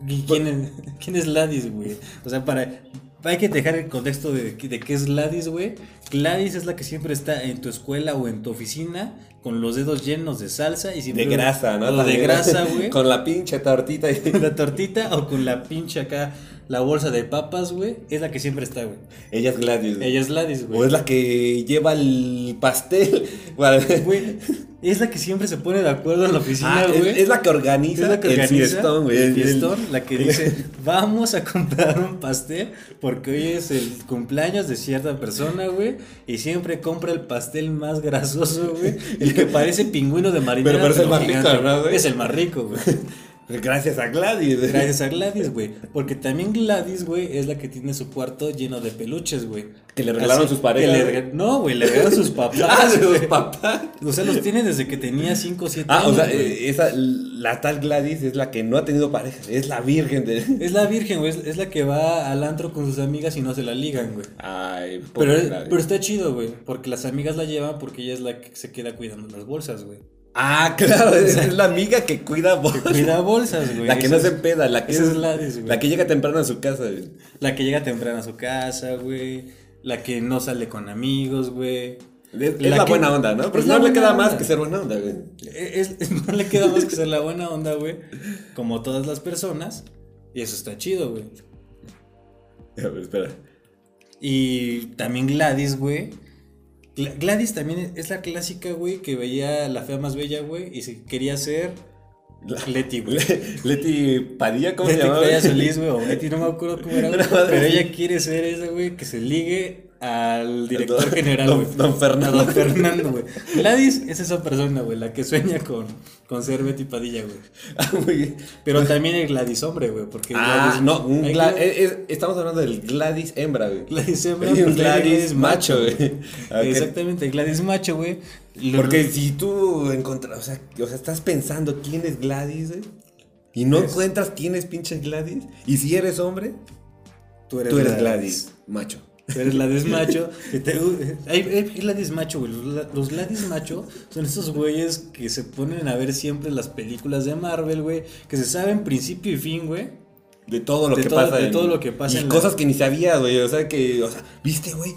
Speaker 4: ¿Y
Speaker 5: Pues
Speaker 4: quién es, <laughs> quién es Gladys, güey? O sea, para. Hay que dejar el contexto de, de qué es Gladys, güey. Gladys es la que siempre está en tu escuela o en tu oficina con los dedos llenos de salsa y siempre.
Speaker 5: De grasa, ¿no?
Speaker 4: O de
Speaker 5: También.
Speaker 4: grasa, güey.
Speaker 5: <laughs> Con la pinche tortita y...
Speaker 4: la tortita o con la pinche acá, la bolsa de papas, güey, es la que siempre está, güey.
Speaker 5: Ella es Gladys. güey.
Speaker 4: Ella es Gladys,
Speaker 5: O
Speaker 4: güey.
Speaker 5: es la que lleva el pastel. <laughs> para-
Speaker 4: Güey, es la que siempre se pone de acuerdo en la oficina,
Speaker 5: Ah, es,
Speaker 4: güey.
Speaker 5: es la que organiza,
Speaker 4: Es la que organiza
Speaker 5: el fiestón, güey.
Speaker 4: el fiestón, la que
Speaker 5: <laughs>
Speaker 4: dice, vamos a comprar un pastel porque hoy es el cumpleaños de cierta persona, güey. Y siempre compra el pastel más grasoso, güey. El que parece pingüino de marinera.
Speaker 5: pero es el más rico,
Speaker 4: gigante.
Speaker 5: ¿verdad, güey?
Speaker 4: Es el más rico, güey.
Speaker 5: Gracias a Gladys. güey.
Speaker 4: Gracias a Gladys, güey. Porque también Gladys, güey, es la que tiene su cuarto lleno de peluches, güey.
Speaker 5: Que le regalaron sus parejas.
Speaker 4: que le rega- no, güey, le regalaron
Speaker 5: <laughs>
Speaker 4: sus
Speaker 5: Ah,
Speaker 4: papás.
Speaker 5: de los
Speaker 4: güey.
Speaker 5: papás.
Speaker 4: O sea, los tiene desde que tenía 5 o 7
Speaker 5: <laughs> Ah,
Speaker 4: años.
Speaker 5: o sea,
Speaker 4: güey.
Speaker 5: eh, esa, la tal Gladys es la que no ha tenido pareja. Es la virgen de. <laughs>
Speaker 4: Es la virgen, güey. Es, es la que va al antro con sus amigas y no se la ligan, güey.
Speaker 5: Ay, pobre
Speaker 4: Pero, es-
Speaker 5: Gladys.
Speaker 4: pero está chido, güey. Porque las amigas la llevan porque ella es la que se queda cuidando las bolsas, güey.
Speaker 5: Ah,
Speaker 4: <laughs>
Speaker 5: claro, es, es la amiga que cuida. vos.
Speaker 4: Cuida bolsas, güey.
Speaker 5: <laughs> La que
Speaker 4: Esa
Speaker 5: no se
Speaker 4: es-
Speaker 5: empeda, la que,
Speaker 4: esa es Gladys, güey.
Speaker 5: la que llega temprano a su casa. güey.
Speaker 4: La que llega temprano a su casa, güey. La que no sale con amigos, güey.
Speaker 5: Es, es la,
Speaker 4: que-
Speaker 5: buena onda, ¿no? Pero
Speaker 4: es la
Speaker 5: no le
Speaker 4: buena
Speaker 5: queda más
Speaker 4: onda.
Speaker 5: que ser buena onda, güey.
Speaker 4: Eh, Es- <laughs> es- no le queda más que ser la buena onda, güey. Como todas las personas. Y eso está chido, güey.
Speaker 5: A ver, espera.
Speaker 4: Y también Gladys, güey. Gla- Gladys también es la clásica, güey, que veía la fea más bella, güey, y se quería ser Leti, güey.
Speaker 5: Le- Leti Padilla, ¿cómo
Speaker 4: Leti
Speaker 5: se llama?
Speaker 4: Claudia Solís, güey, o Leti, no me acuerdo cómo
Speaker 5: <laughs>
Speaker 4: era, güey,
Speaker 5: Una madre
Speaker 4: pero
Speaker 5: así.
Speaker 4: ella quiere ser esa, güey, que se ligue al director
Speaker 5: Don-
Speaker 4: general,
Speaker 5: don-
Speaker 4: güey.
Speaker 5: don Fernando.
Speaker 4: A don Fernando, güey. Gladys es esa persona, güey, la que sueña con, con ser Betty Padilla, güey.
Speaker 5: <laughs> Ah, muy bien.
Speaker 4: Pero también el Gladys hombre, güey, porque
Speaker 5: Ah,
Speaker 4: Gladys-
Speaker 5: no, un
Speaker 4: hay
Speaker 5: Gla-
Speaker 4: Gladys-
Speaker 5: es- es- estamos hablando del Gladys hembra, güey.
Speaker 4: Gladys hembra,
Speaker 5: Y un
Speaker 4: pues,
Speaker 5: Gladys, macho, güey.
Speaker 4: <laughs>
Speaker 5: Ok.
Speaker 4: Exactamente, Gladys macho, güey. Lo-
Speaker 5: Porque si tú encontras, o sea, o sea, estás pensando quién es Gladys, güey, y no encuentras quién es pinche Gladys, y si eres hombre,
Speaker 4: tú
Speaker 5: tú eres Gladys, macho.
Speaker 4: Tú eres
Speaker 5: <laughs>
Speaker 4: Gladys macho. que te- Hay, hay Gladys macho, güey. Los la- Los Gladys macho son esos güeyes que se ponen a ver siempre las películas de Marvel, güey. Que se saben principio y fin, güey.
Speaker 5: De todo lo
Speaker 4: De
Speaker 5: que
Speaker 4: todo-
Speaker 5: pasa.
Speaker 4: de
Speaker 5: en-
Speaker 4: todo lo que pasa
Speaker 5: Y
Speaker 4: en la-
Speaker 5: cosas que ni sabías, güey. O sea, que, o sea, ¿viste, güey?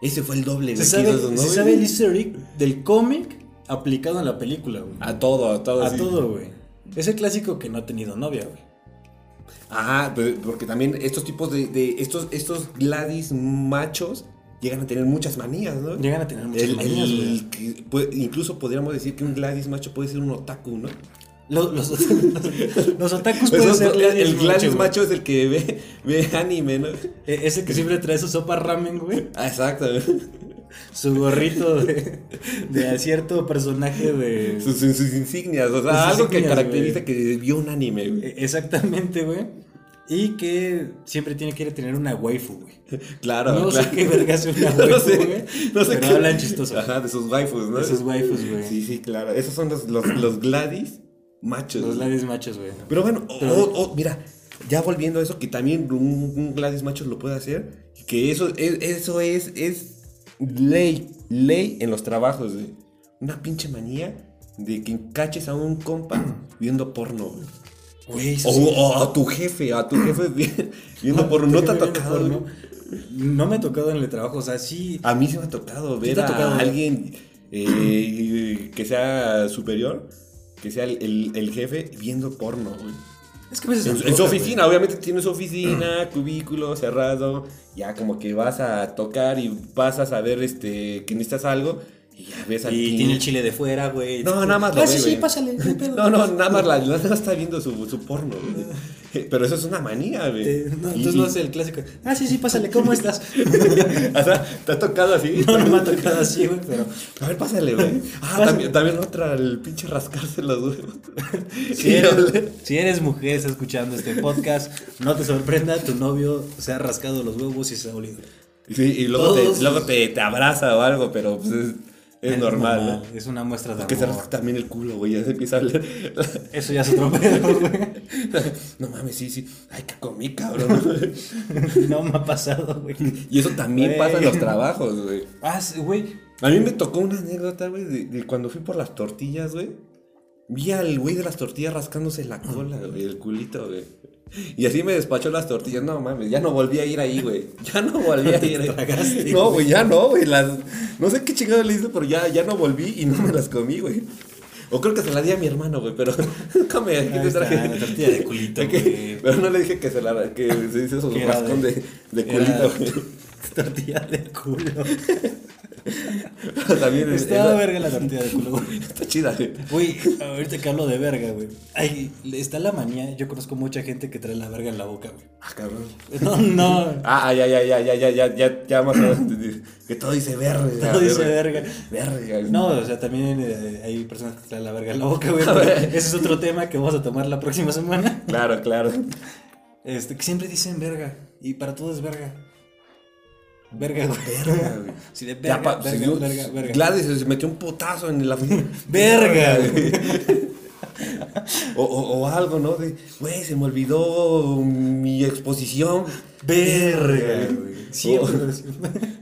Speaker 5: Ese fue el
Speaker 4: Se
Speaker 5: doble, güey, que
Speaker 4: sabe,
Speaker 5: hizo eso, ¿no,
Speaker 4: se
Speaker 5: güey?
Speaker 4: sabe el easter egg del cómic aplicado en la película, güey.
Speaker 5: A todo, a todo.
Speaker 4: A
Speaker 5: Ah, sí.
Speaker 4: todo, güey. Es el clásico que no ha tenido novia, güey.
Speaker 5: Ajá, pero- porque también estos tipos de, de- estos, estos Gladys machos llegan a tener muchas manías, ¿no?
Speaker 4: Llegan a tener muchas
Speaker 5: El- el
Speaker 4: manías, güey.
Speaker 5: que puede- incluso podríamos decir que un Gladys macho puede ser un otaku, ¿no?
Speaker 4: Los, los, <laughs> los otakus pueden Pues
Speaker 5: Esos-
Speaker 4: ser
Speaker 5: Pues el, el Gladys
Speaker 4: güey.
Speaker 5: macho, es el que ve, <laughs> ve anime, ¿no?
Speaker 4: E- Es el que siempre trae su sopa ramen, güey.
Speaker 5: Ah, exacto. <laughs>
Speaker 4: Su gorrito de, de a cierto personaje de.
Speaker 5: Sus, sus- sus insignias, o sea,
Speaker 4: Sus
Speaker 5: algo que
Speaker 4: insignias,
Speaker 5: caracteriza
Speaker 4: güey.
Speaker 5: que vio un anime, güey.
Speaker 4: E- Exactamente, güey. Y que siempre tiene que tener una waifu, güey.
Speaker 5: <laughs> Claro,
Speaker 4: No sé
Speaker 5: claro.
Speaker 4: qué verga es una waifu,
Speaker 5: <laughs> no sé,
Speaker 4: güey.
Speaker 5: no sé
Speaker 4: pero
Speaker 5: qué-
Speaker 4: hablan chistoso.
Speaker 5: Ajá, de sus waifus, ¿no?
Speaker 4: De sus waifus, güey.
Speaker 5: Sí, sí, claro. Esos son los, los, los Gladys machos.
Speaker 4: Los labios machos, güey.
Speaker 5: Pero bueno, o-
Speaker 4: Pero-
Speaker 5: o- o, mira, ya volviendo a eso, que también un, un Gladys macho lo puede hacer, que eso es, eso es, es ley, ley en los trabajos, güey. Una pinche manía de que caches a
Speaker 4: <clears throat>
Speaker 5: un compa viendo porno, güey.
Speaker 4: Güey, eso
Speaker 5: O,
Speaker 4: sí.
Speaker 5: o a tu jefe, a tu jefe
Speaker 4: <laughs>
Speaker 5: vi- viendo
Speaker 4: Ah,
Speaker 5: porno. No Ah, te ha
Speaker 4: viendo
Speaker 5: tocado,
Speaker 4: porno.
Speaker 5: güey?
Speaker 4: No me ha tocado en el trabajo, o sea, sí.
Speaker 5: A mí se me ha tocado ver
Speaker 4: te ha
Speaker 5: a
Speaker 4: tocado?
Speaker 5: alguien eh, <clears throat> que sea superior, que sea el, el- el jefe, viendo porno, güey.
Speaker 4: Es que a veces.
Speaker 5: En,
Speaker 4: se
Speaker 5: su- en su
Speaker 4: antoja,
Speaker 5: oficina, obviamente tiene su oficina, cubículo cerrado, ya como que vas a tocar y pasas a ver este, que necesitas algo y ya ves al
Speaker 4: güey. Y
Speaker 5: pin-
Speaker 4: tiene el chile de fuera, güey.
Speaker 5: No, nada más lo
Speaker 4: Ah,
Speaker 5: ve,
Speaker 4: sí, sí,
Speaker 5: güey.
Speaker 4: pásale.
Speaker 5: <laughs>
Speaker 4: no hay pedo.
Speaker 5: No, no, nada más la, la- la está viendo su, su porno, güey. Pero eso es una manía, güey.
Speaker 4: Te- Eh, no,
Speaker 5: Y-
Speaker 4: entonces no es el clásico. Ah, sí, sí, pásale, ¿cómo estás?
Speaker 5: <laughs> O sea, ¿te ha tocado así?
Speaker 4: No, no me ha tocado así, güey, pero.
Speaker 5: <laughs> A ver, pásale, güey. Ah,
Speaker 4: Pásale.
Speaker 5: también, también otra, el pinche rascarse los huevos.
Speaker 4: Si
Speaker 5: Y
Speaker 4: eres,
Speaker 5: ole.
Speaker 4: si eres mujer, está escuchando este podcast, no te sorprenda, tu novio se ha rascado los huevos y se ha olido.
Speaker 5: Sí, y luego, te,
Speaker 4: Todos-
Speaker 5: luego te, te abraza o algo, pero pues es- Es, normal. ¿no?
Speaker 4: Es una muestra de
Speaker 5: Que se
Speaker 4: amor.
Speaker 5: rasca también el culo, güey. Ya se empieza a hablar. <laughs>
Speaker 4: Eso ya es otro pedo, <laughs> güey.
Speaker 5: no mames, sí, sí. Ay, que comí, cabrón. <laughs>
Speaker 4: No me ha pasado, güey.
Speaker 5: y eso también
Speaker 4: Güey.
Speaker 5: pasa en los trabajos, güey.
Speaker 4: Ah, sí, güey.
Speaker 5: A mí me tocó una anécdota, güey, de, de cuando fui por las tortillas, güey. Vi al güey de las tortillas rascándose la cola, güey, el culito, güey. Y así me despachó las tortillas. No mames, ya no volví a ir ahí, güey. Ya no volví
Speaker 4: <laughs>
Speaker 5: a ir ahí.
Speaker 4: tragaste,
Speaker 5: No, güey, ya no, güey. Las... No sé qué chingado le hice, pero ya, ya no volví y no me las comí, güey. O creo que se la di a mi hermano, güey, pero <laughs> come, aquí
Speaker 4: Ahí
Speaker 5: te
Speaker 4: está,
Speaker 5: traje.
Speaker 4: la tortilla de culito,
Speaker 5: Ok,
Speaker 4: güey.
Speaker 5: Pero no le dije que se la que se hizo su
Speaker 4: Que era
Speaker 5: rascón
Speaker 4: de-
Speaker 5: de, de
Speaker 4: era-
Speaker 5: culito, güey. <laughs>
Speaker 4: <laughs> Tortilla de culo.
Speaker 5: También es-
Speaker 4: Está
Speaker 5: es-
Speaker 4: verga la tortilla de culo, güey.
Speaker 5: <laughs> Está chida, güey.
Speaker 4: Güey, ahorita que hablo de verga, güey. Ay, está la manía. Yo conozco mucha gente que trae la verga en la boca, güey.
Speaker 5: Ah, cabrón.
Speaker 4: No,
Speaker 5: <laughs>
Speaker 4: no.
Speaker 5: Ah, ah, ya, ya, ya, ya, ya, ya, ya, ya más o menos entendí. Que todo dice
Speaker 4: <laughs>
Speaker 5: verga.
Speaker 4: Todo dice verga.
Speaker 5: Verga.
Speaker 4: No, o sea, también eh, hay personas que traen la verga en la
Speaker 5: <laughs>
Speaker 4: boca, güey. pero Ese es otro tema que vamos a tomar la próxima semana.
Speaker 5: Claro, claro.
Speaker 4: Este, que siempre dicen verga. Y para todo es verga. Verga, güey.
Speaker 5: Verga, güey.
Speaker 4: Sí, de verga,
Speaker 5: Ya, pa-
Speaker 4: verga,
Speaker 5: se dio-
Speaker 4: verga, verga.
Speaker 5: Gladys se metió un potazo en la
Speaker 4: <laughs> Verga, güey.
Speaker 5: <laughs> o, o, o algo, ¿no? De, güey, se me olvidó mi exposición.
Speaker 4: Verga,
Speaker 5: güey.
Speaker 4: Siempre.
Speaker 5: O-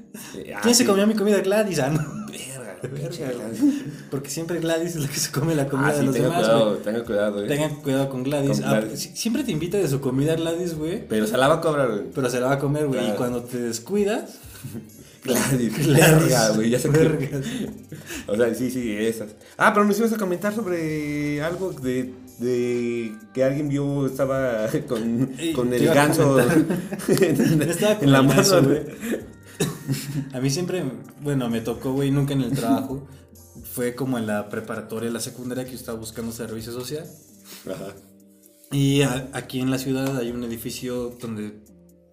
Speaker 5: Ah,
Speaker 4: ¿Quién se
Speaker 5: sí.
Speaker 4: comió mi comida Gladys? Ah, no.
Speaker 5: Verga,
Speaker 4: Verga,
Speaker 5: verga,
Speaker 4: güey.
Speaker 5: Gladys.
Speaker 4: Porque siempre Gladys es la que se come la comida
Speaker 5: Ah,
Speaker 4: de
Speaker 5: sí,
Speaker 4: los
Speaker 5: tenga
Speaker 4: demás,
Speaker 5: cuidado,
Speaker 4: güey.
Speaker 5: tenga cuidado, eh. güey.
Speaker 4: Tengan cuidado con Gladys.
Speaker 5: Con
Speaker 4: Ah,
Speaker 5: Gladys.
Speaker 4: si- siempre te invita de su comida Gladys, güey.
Speaker 5: Pero se la va a cobrar, güey.
Speaker 4: Pero se la va a comer, güey. Y
Speaker 5: Claro.
Speaker 4: cuando te descuidas. <laughs> Gladys.
Speaker 5: Gladys. Verga, güey. Ya se
Speaker 4: Verga.
Speaker 5: O sea, sí, sí, esas. Ah, pero nos ibas a comentar sobre algo de, de que alguien vio estaba <laughs> con,
Speaker 4: Ey,
Speaker 5: con
Speaker 4: Eh, te
Speaker 5: el
Speaker 4: iba a
Speaker 5: ganso
Speaker 4: comentar.
Speaker 5: <laughs> en,
Speaker 4: Estaba con
Speaker 5: en la
Speaker 4: el ganso,
Speaker 5: mano.
Speaker 4: güey. <laughs> A mí siempre, bueno, me tocó, güey, nunca en el trabajo. Fue como en la preparatoria, la secundaria, que yo estaba buscando servicio social.
Speaker 5: Ajá.
Speaker 4: Y a- aquí en la ciudad hay un edificio donde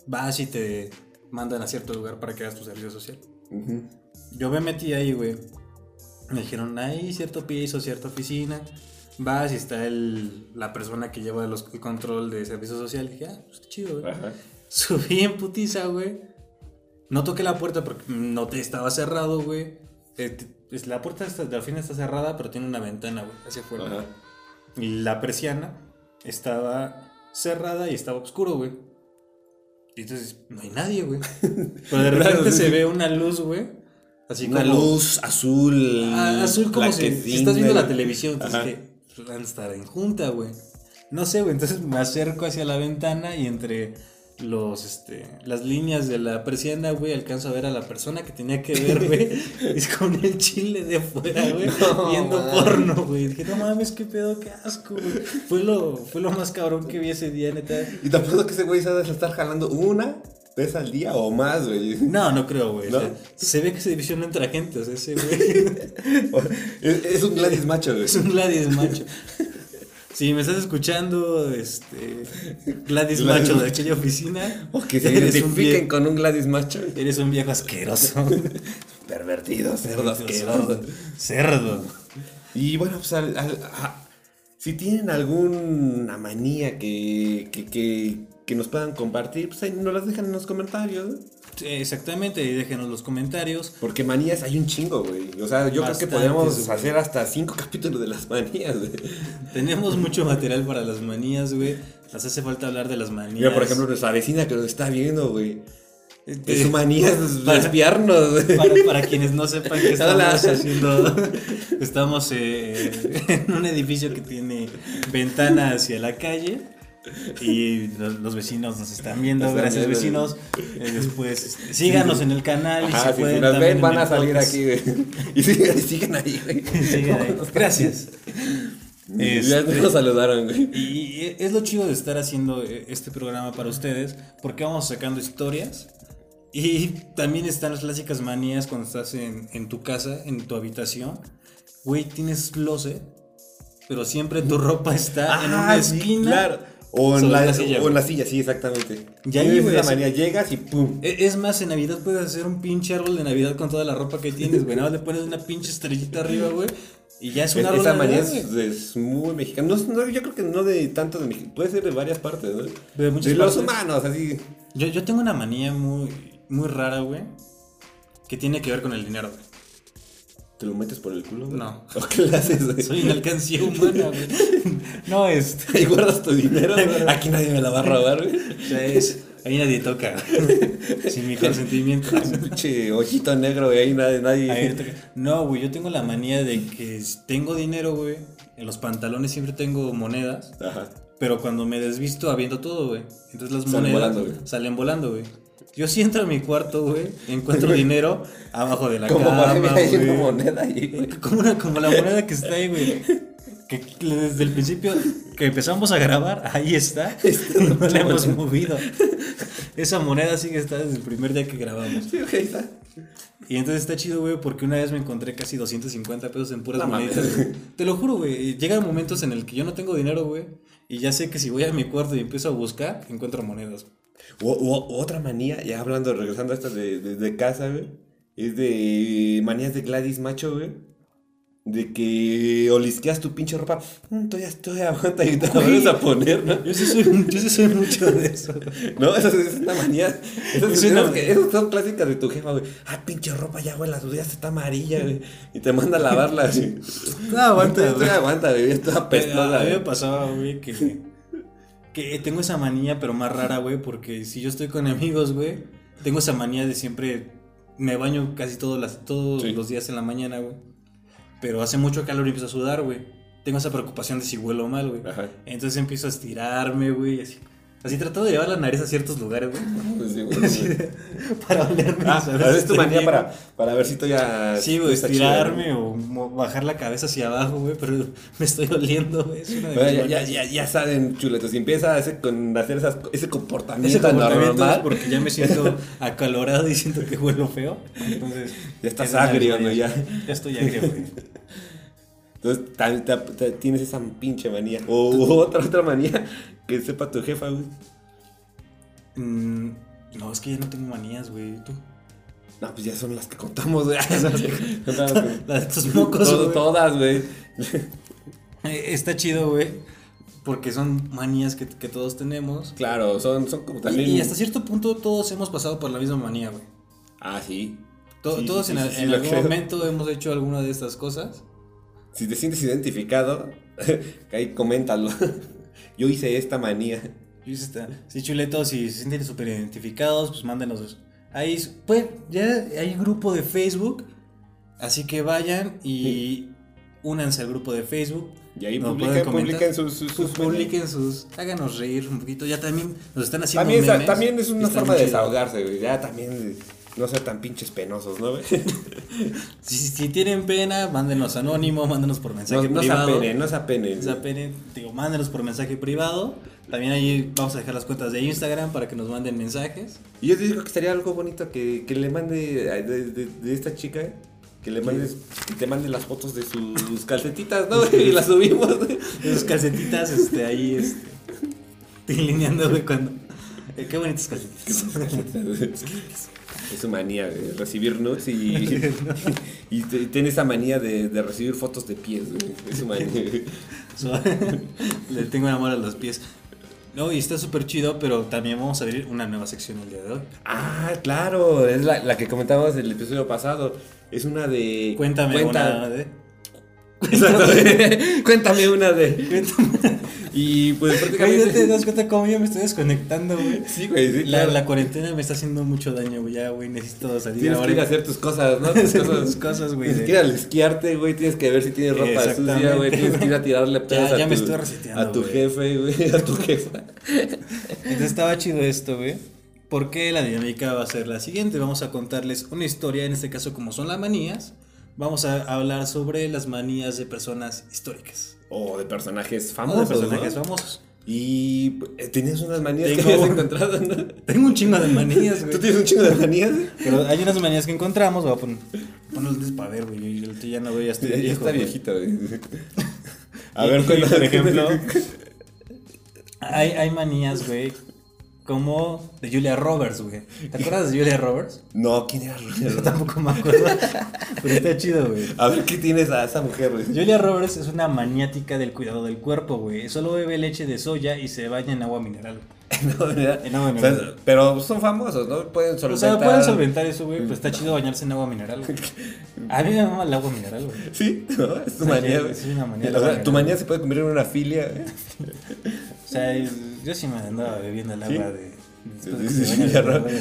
Speaker 4: vas y te mandan a cierto lugar para que hagas tu servicio social.
Speaker 5: Ujú.
Speaker 4: Yo me metí ahí, güey. Me dijeron, hay cierto piso, cierta oficina. Vas y está el, la persona que lleva los, el control de servicio social. dije, ah, pues qué chido, güey.
Speaker 5: Ajá.
Speaker 4: Subí en putiza, güey. No toqué la puerta porque no te estaba cerrado, güey. Eh, te- es- La puerta está, al fin está cerrada, pero tiene una ventana, güey, hacia afuera.
Speaker 5: Ajá.
Speaker 4: Y la persiana estaba cerrada y estaba oscuro, güey. Y entonces no hay nadie,
Speaker 5: <laughs>
Speaker 4: güey. Pero de repente
Speaker 5: Claro, sí,
Speaker 4: se
Speaker 5: sí.
Speaker 4: ve una luz, güey. Así
Speaker 5: Una
Speaker 4: como-
Speaker 5: luz azul.
Speaker 4: Ah, azul como si,
Speaker 5: plaquecina.
Speaker 4: si estás viendo la televisión. Entonces
Speaker 5: Ajá.
Speaker 4: dije, "Pues, van a estar en junta, güey. No sé, güey. Entonces me acerco hacia la ventana y entre los, este, las líneas de la persiana, güey, alcanzo a ver a la persona que tenía que ver,
Speaker 5: <laughs>
Speaker 4: güey. es con el chile de fuera, güey.
Speaker 5: No,
Speaker 4: viendo
Speaker 5: man.
Speaker 4: porno, güey. Dije, no mames, qué pedo, qué asco, güey. Fue lo, fue lo más cabrón que vi ese día, neta.
Speaker 5: Y te apuesto que ese güey se ha de estar jalando una vez al día o más, güey. <laughs>
Speaker 4: No, no creo, güey.
Speaker 5: ¿No?
Speaker 4: O sea, se ve que se división entre gente, o sea, ese
Speaker 5: <laughs>
Speaker 4: güey.
Speaker 5: es, es un Gladys macho, güey.
Speaker 4: Es un Gladys <laughs> macho. Si me estás escuchando, este Gladys,
Speaker 5: Gladys
Speaker 4: macho de
Speaker 5: macho.
Speaker 4: aquella oficina,
Speaker 5: <laughs> O que se
Speaker 4: eres un
Speaker 5: identifiquen
Speaker 4: vie-
Speaker 5: con un Gladys macho.
Speaker 4: eres un viejo <laughs> asqueroso.
Speaker 5: Pervertido, cerdo <laughs> asqueroso.
Speaker 4: Cerdo. Cerdo.
Speaker 5: Y bueno, pues al- al- a- si tienen alguna manía que, que, que, que nos puedan compartir, pues ahí nos las dejan en los comentarios.
Speaker 4: Sí, Exactamente, y déjenos los comentarios.
Speaker 5: Porque manías hay un chingo, güey. O sea, yo creo
Speaker 4: Bastantes,
Speaker 5: que podríamos
Speaker 4: güey.
Speaker 5: hacer hasta cinco <laughs> capítulos de las manías, güey.
Speaker 4: Tenemos mucho material para las manías, güey. Nos hace falta hablar de las manías.
Speaker 5: Mira, por ejemplo, nuestra vecina que nos está viendo, güey.
Speaker 4: Este,
Speaker 5: Es su manía es
Speaker 4: <laughs> para-
Speaker 5: espiarnos, güey.
Speaker 4: Para, para quienes no sepan que estamos
Speaker 5: Hola.
Speaker 4: haciendo, <laughs> estamos eh, en un edificio que tiene ventana hacia la calle y los, los vecinos nos están viendo.
Speaker 5: Nos están
Speaker 4: Gracias,
Speaker 5: viendo.
Speaker 4: vecinos. Eh, después, este, síganos en el canal.
Speaker 5: Ajá,
Speaker 4: y si,
Speaker 5: si,
Speaker 4: pueden,
Speaker 5: si nos
Speaker 4: también
Speaker 5: ven, van
Speaker 4: en
Speaker 5: a
Speaker 4: el
Speaker 5: salir
Speaker 4: podcast.
Speaker 5: aquí, güey. <laughs> Y siguen, siguen ahí, güey.
Speaker 4: Sigan
Speaker 5: <laughs>
Speaker 4: ahí. Gracias.
Speaker 5: Ya
Speaker 4: Este,
Speaker 5: nos saludaron, güey.
Speaker 4: y es lo chido de estar haciendo eh, este programa para ustedes, porque vamos sacando historias. Y también están las clásicas manías cuando estás en, en tu casa, en tu habitación. Güey, tienes closet, pero siempre tu ropa está en una
Speaker 5: Ah, sí,
Speaker 4: esquina.
Speaker 5: claro. O en,
Speaker 4: sobre
Speaker 5: la,
Speaker 4: una silla,
Speaker 5: o
Speaker 4: güey.
Speaker 5: en la silla, sí, exactamente.
Speaker 4: Y ahí,
Speaker 5: Tienes
Speaker 4: güey,
Speaker 5: esa
Speaker 4: así-
Speaker 5: manía, llegas y pum.
Speaker 4: E- Es más, en Navidad puedes hacer un pinche árbol de Navidad con toda la ropa que tienes, güey. Nada más le pones una pinche estrellita arriba, güey. Y ya es un
Speaker 5: Es-
Speaker 4: árbol
Speaker 5: E, esa
Speaker 4: de
Speaker 5: manía
Speaker 4: Navidad,
Speaker 5: es,
Speaker 4: güey.
Speaker 5: es muy mexicana. No, no, yo creo que no de tanto de México. Puede ser de varias partes, ¿no?
Speaker 4: De muchas
Speaker 5: los
Speaker 4: partes.
Speaker 5: humanos, así.
Speaker 4: Yo, yo tengo una manía muy, muy rara, güey. Que tiene que ver con el dinero, güey.
Speaker 5: ¿Te lo metes por el culo? güey?
Speaker 4: No.
Speaker 5: <laughs> ¿O qué le haces, güey?
Speaker 4: Soy una alcancía humana, güey. No, este.
Speaker 5: <laughs> Ahí guardas tu
Speaker 4: <laughs>
Speaker 5: dinero, güey.
Speaker 4: Aquí nadie me la va a robar, güey.
Speaker 5: <laughs>
Speaker 4: Ahí nadie toca. Sin mi consentimiento.
Speaker 5: <laughs> Pinche ojito negro, güey. Ahí nadie. nadie...
Speaker 4: Ahí nadie toca. No, güey, yo tengo la manía de que si tengo dinero, güey. En los pantalones siempre tengo monedas.
Speaker 5: Ajá.
Speaker 4: Pero cuando me desvisto, aviento todo, güey. Entonces las
Speaker 5: Salen
Speaker 4: monedas
Speaker 5: volando, güey.
Speaker 4: salen volando, güey. Yo sí entro a mi cuarto, güey. Encuentro dinero abajo de la
Speaker 5: Como
Speaker 4: cama,
Speaker 5: moneda, hay una
Speaker 4: güey.
Speaker 5: moneda ahí, güey. <laughs>
Speaker 4: Como, una- como la moneda que está ahí, güey. Que desde el principio que empezamos a grabar, ahí está. Y no la hemos movido. Esa moneda sí que está desde el primer día que grabamos.
Speaker 5: Sí, güey, ahí está.
Speaker 4: Y entonces está chido, güey, porque una vez me encontré casi 250 pesos en puras
Speaker 5: No mames.
Speaker 4: moneditas. güey. Te lo juro, güey. Llegan momentos en el que yo no tengo dinero, güey. Y ya sé que si voy a mi cuarto y empiezo a buscar, encuentro monedas.
Speaker 5: O, o- otra manía, ya hablando, regresando a estas de, de- de casa, güey. Es de manías de Gladys Macho, güey. De que olisqueas tu pinche ropa. Mm, todavía, todavía aguanta y te la vuelves a poner, ¿no?
Speaker 4: Yo sí soy, yo sí soy mucho de eso.
Speaker 5: No, esa es- esa es una manía. Esas,
Speaker 4: Es una
Speaker 5: esas que-
Speaker 4: manía.
Speaker 5: esas son clásicas de tu jefa, güey. Ah, pinche ropa ya, güey, la suya está amarilla, güey. Y te manda a lavarla, güey.
Speaker 4: No, <laughs> aguanta, güey.
Speaker 5: Todavía- todavía aguanta, güey. Ya está
Speaker 4: a
Speaker 5: apestosa,
Speaker 4: mí me
Speaker 5: güey.
Speaker 4: pasaba, güey,
Speaker 5: <laughs>
Speaker 4: que, que tengo esa manía, pero más rara, güey, porque si yo estoy con amigos, güey, tengo esa manía de siempre. Me baño casi todos, las, todos
Speaker 5: Sí.
Speaker 4: los días en la mañana, güey. Pero hace mucho calor y empiezo a sudar, güey. Tengo esa preocupación de si huelo mal, güey.
Speaker 5: Ajá.
Speaker 4: Entonces empiezo a estirarme, güey, así. Así trato de llevar la nariz a ciertos lugares, güey. <laughs>
Speaker 5: Pues sí, güey, güey.
Speaker 4: para olerme. <laughs>
Speaker 5: Ah,
Speaker 4: saber
Speaker 5: pero
Speaker 4: si
Speaker 5: es tu
Speaker 4: estoy
Speaker 5: manía
Speaker 4: bien.
Speaker 5: para, para ver si todavía.
Speaker 4: Este Sí, güey,
Speaker 5: está chida,
Speaker 4: estirarme o mo- bajar la cabeza hacia abajo, güey, pero <laughs> me estoy oliendo, güey. es una de mis
Speaker 5: Bueno, ya, ya,
Speaker 4: manías.
Speaker 5: ya, ya saben, chuletos, si empieza a hacer, con hacer esas, ese comportamiento,
Speaker 4: Ese comportamiento
Speaker 5: normal,
Speaker 4: es porque ya me
Speaker 5: <laughs>
Speaker 4: siento acalorado y siento que huelo feo. Entonces.
Speaker 5: Ya estás
Speaker 4: es una
Speaker 5: agrio,
Speaker 4: desmayada.
Speaker 5: güey, ya.
Speaker 4: Ya estoy agrio, güey.
Speaker 5: entonces ta- ta- ta- tienes esa pinche manía. O otra, otra manía que sepa tu jefa, güey.
Speaker 4: Mm, no, es que ya no tengo manías, güey. Tú.
Speaker 5: No, pues ya son las que contamos, güey. Son las que contamos, güey.
Speaker 4: <laughs> La de tus mocos.
Speaker 5: Todo-
Speaker 4: güey.
Speaker 5: todas, güey.
Speaker 4: Eh, Está chido, güey. Porque son manías que, que todos tenemos.
Speaker 5: Claro, son, son como
Speaker 4: Y-
Speaker 5: también.
Speaker 4: Y, hasta cierto punto todos hemos pasado por la misma manía, güey.
Speaker 5: Ah, sí.
Speaker 4: To-
Speaker 5: Sí,
Speaker 4: todos
Speaker 5: sí,
Speaker 4: en,
Speaker 5: sí,
Speaker 4: al-
Speaker 5: sí,
Speaker 4: en
Speaker 5: lo
Speaker 4: algún
Speaker 5: creo.
Speaker 4: momento hemos hecho alguna de estas cosas.
Speaker 5: Si te sientes identificado, <laughs> ahí coméntalo. <laughs> Yo hice esta manía.
Speaker 4: Y dice, está, sí, chuletos, si se sienten súper identificados, pues mándenos. Ahí, s- pues, ya hay grupo de Facebook, así que vayan y únanse al grupo de Facebook.
Speaker 5: Y ahí
Speaker 4: Nos
Speaker 5: publican,
Speaker 4: pueden comentar.
Speaker 5: publican sus, sus,
Speaker 4: Pues
Speaker 5: sus
Speaker 4: publiquen sus, háganos reír un poquito, ya también nos están haciendo
Speaker 5: También,
Speaker 4: memes.
Speaker 5: está- también es una
Speaker 4: Está
Speaker 5: forma
Speaker 4: muy
Speaker 5: de
Speaker 4: chido.
Speaker 5: desahogarse, güey. Ya también no ser tan pinches penosos, ¿no, <laughs> güey?
Speaker 4: Si, si- si tienen pena, mándenos anónimo, mándenos por
Speaker 5: No,
Speaker 4: mensaje
Speaker 5: no se
Speaker 4: privado.
Speaker 5: apenen, no se apenen.
Speaker 4: Esa pene, digo, mándenos por mensaje privado. También ahí vamos a dejar las cuentas de Instagram para que nos manden mensajes.
Speaker 5: Y yo te digo que estaría algo bonito que, que le mande a- de, de- de esta chica. Que le mandes, que te mande las fotos de sus calcetitas, ¿no? <laughs> güey? Y las subimos. güey.
Speaker 4: Sus calcetitas, este, ahí, este. <laughs> Delineando, güey, cuando. eh, qué bonitas calcetitas.
Speaker 5: <laughs> Es su manía, güey, recibir nudes <laughs> y, y, te- tiene esa manía de, de recibir fotos de pies, güey. Es su manía. güey.
Speaker 4: So- Le tengo un amor a los pies. No, y está súper chido, pero también vamos a abrir una nueva sección el día de hoy.
Speaker 5: Ah, claro, es la, la que comentábamos en el episodio pasado. Es una de.
Speaker 4: Cuéntame
Speaker 5: cuenta- <laughs>
Speaker 4: una de.
Speaker 5: Exacto. Cuéntame una de. Y pues
Speaker 4: Güey, ¿no te
Speaker 5: prácticamente.
Speaker 4: das cuenta cómo yo me estoy desconectando, güey?
Speaker 5: Sí, güey, sí,
Speaker 4: La,
Speaker 5: claro.
Speaker 4: la cuarentena me está haciendo mucho daño, güey. Ya, güey, necesito salir
Speaker 5: Tienes que
Speaker 4: ahora.
Speaker 5: ir a hacer tus cosas, ¿no? Tus
Speaker 4: Hacer <laughs>
Speaker 5: cosas.
Speaker 4: tus cosas, güey,
Speaker 5: Tienes
Speaker 4: de-
Speaker 5: que ir a esquiarte, güey. Tienes que ver si tienes ropa sucia, güey.
Speaker 4: Exactamente.
Speaker 5: Tienes que ir a tirarle
Speaker 4: <laughs>
Speaker 5: pedos
Speaker 4: ya
Speaker 5: a
Speaker 4: me
Speaker 5: tu-
Speaker 4: estoy reseteando,
Speaker 5: A tu
Speaker 4: güey.
Speaker 5: jefe, güey. <laughs> A tu jefa.
Speaker 4: Entonces estaba chido esto, güey. Porque la dinámica va a ser la siguiente. Vamos a contarles una historia, en este caso como son las manías. Vamos a hablar sobre las manías de personas históricas.
Speaker 5: O de personajes
Speaker 4: Vamos de
Speaker 5: famosos.
Speaker 4: Oh, personajes
Speaker 5: ¿no?
Speaker 4: famosos.
Speaker 5: Y pues, tenías unas manías que
Speaker 4: Tengo-
Speaker 5: habías encontrado,
Speaker 4: <laughs>
Speaker 5: ¿no?
Speaker 4: Tengo un chingo de
Speaker 5: <laughs>
Speaker 4: manías,
Speaker 5: Tú
Speaker 4: güey.
Speaker 5: tienes un chingo de manías. güey?
Speaker 4: Pero hay unas manías que encontramos. Voy a poner, ponerles para ver, güey. Yo ya no veo, Este, ya estoy
Speaker 5: Ya, ya
Speaker 4: viejo,
Speaker 5: está
Speaker 4: güey.
Speaker 5: viejita, güey. <laughs> A
Speaker 4: Y- <laughs>
Speaker 5: ver,
Speaker 4: y,
Speaker 5: cuéntame.
Speaker 4: Por ejemplo, hay, hay manías, güey. Como de Julia Roberts, güey. ¿Te acuerdas de Julia
Speaker 5: <laughs>
Speaker 4: Roberts?
Speaker 5: <laughs> No, ¿quién era?
Speaker 4: Yo tampoco me acuerdo. Pero está chido, güey.
Speaker 5: A ver, ¿qué tienes a esa mujer, güey?
Speaker 4: Julia Roberts es una maniática del cuidado del cuerpo, güey. Solo bebe leche de soya y se baña en agua mineral.
Speaker 5: <laughs> No, ¿verdad?
Speaker 4: Eh, no, no,
Speaker 5: O sea,
Speaker 4: no.
Speaker 5: Pero son famosos, ¿no? Pueden
Speaker 4: O
Speaker 5: solventar. Mm.
Speaker 4: sea, pueden solventar eso, güey, pero está chido bañarse en agua mineral,
Speaker 5: <laughs>
Speaker 4: güey. A mí me mama el agua mineral, güey.
Speaker 5: Sí, ¿no? Es tu
Speaker 4: Sí,
Speaker 5: manía,
Speaker 4: sí,
Speaker 5: güey.
Speaker 4: sí, una manía.
Speaker 5: O sea, tu manía se puede convertir en una filia.
Speaker 4: <laughs>
Speaker 5: ¿eh?
Speaker 4: O sea, es- yo sí me andaba bebiendo el
Speaker 5: ¿Sí?
Speaker 4: agua de...
Speaker 5: Sí,
Speaker 4: después de que
Speaker 5: sí,
Speaker 4: se
Speaker 5: sí,
Speaker 4: baña
Speaker 5: ya,
Speaker 4: el
Speaker 5: ¿no?
Speaker 4: agua, güey.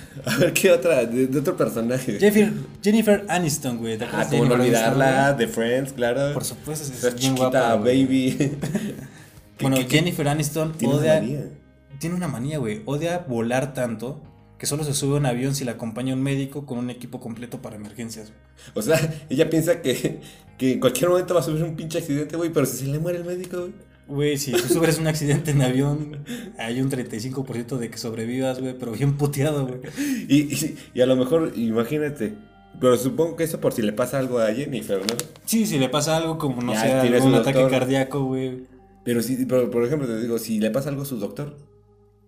Speaker 5: <laughs> A ver, ¿qué otra? De, de otro personaje.
Speaker 4: Jennifer, Jennifer Aniston, güey. ¿te
Speaker 5: Ah,
Speaker 4: acuerdas de
Speaker 5: cómo no
Speaker 4: Jennifer Aniston,
Speaker 5: olvidarla, de Friends, claro.
Speaker 4: Por supuesto, es
Speaker 5: Esa
Speaker 4: bien
Speaker 5: chiquita,
Speaker 4: guapa, güey. <laughs>
Speaker 5: baby.
Speaker 4: güey? Bueno,
Speaker 5: ¿Qué- qué-
Speaker 4: Jennifer Aniston
Speaker 5: tiene una
Speaker 4: odia...
Speaker 5: manía?
Speaker 4: Tiene una manía, güey. Odia volar tanto que solo se sube a un avión si la acompaña un médico con un equipo completo para emergencias, güey.
Speaker 5: O sea, <laughs> ella piensa que, que en cualquier momento va a subir un pinche accidente, güey, pero si se le muere el médico, güey.
Speaker 4: Güey, si tú sufres un accidente en avión, hay un 35% de que sobrevivas, güey, pero bien puteado, güey.
Speaker 5: Y, y, y a lo mejor, imagínate. Pero supongo que eso por si le pasa algo a Jennifer, ¿no?
Speaker 4: Sí, si le pasa algo como, no
Speaker 5: Ya,
Speaker 4: sé,
Speaker 5: tienes
Speaker 4: algún
Speaker 5: un
Speaker 4: ataque
Speaker 5: doctor.
Speaker 4: cardíaco, güey.
Speaker 5: Pero sí, pero por ejemplo, te digo, si le pasa algo a su doctor.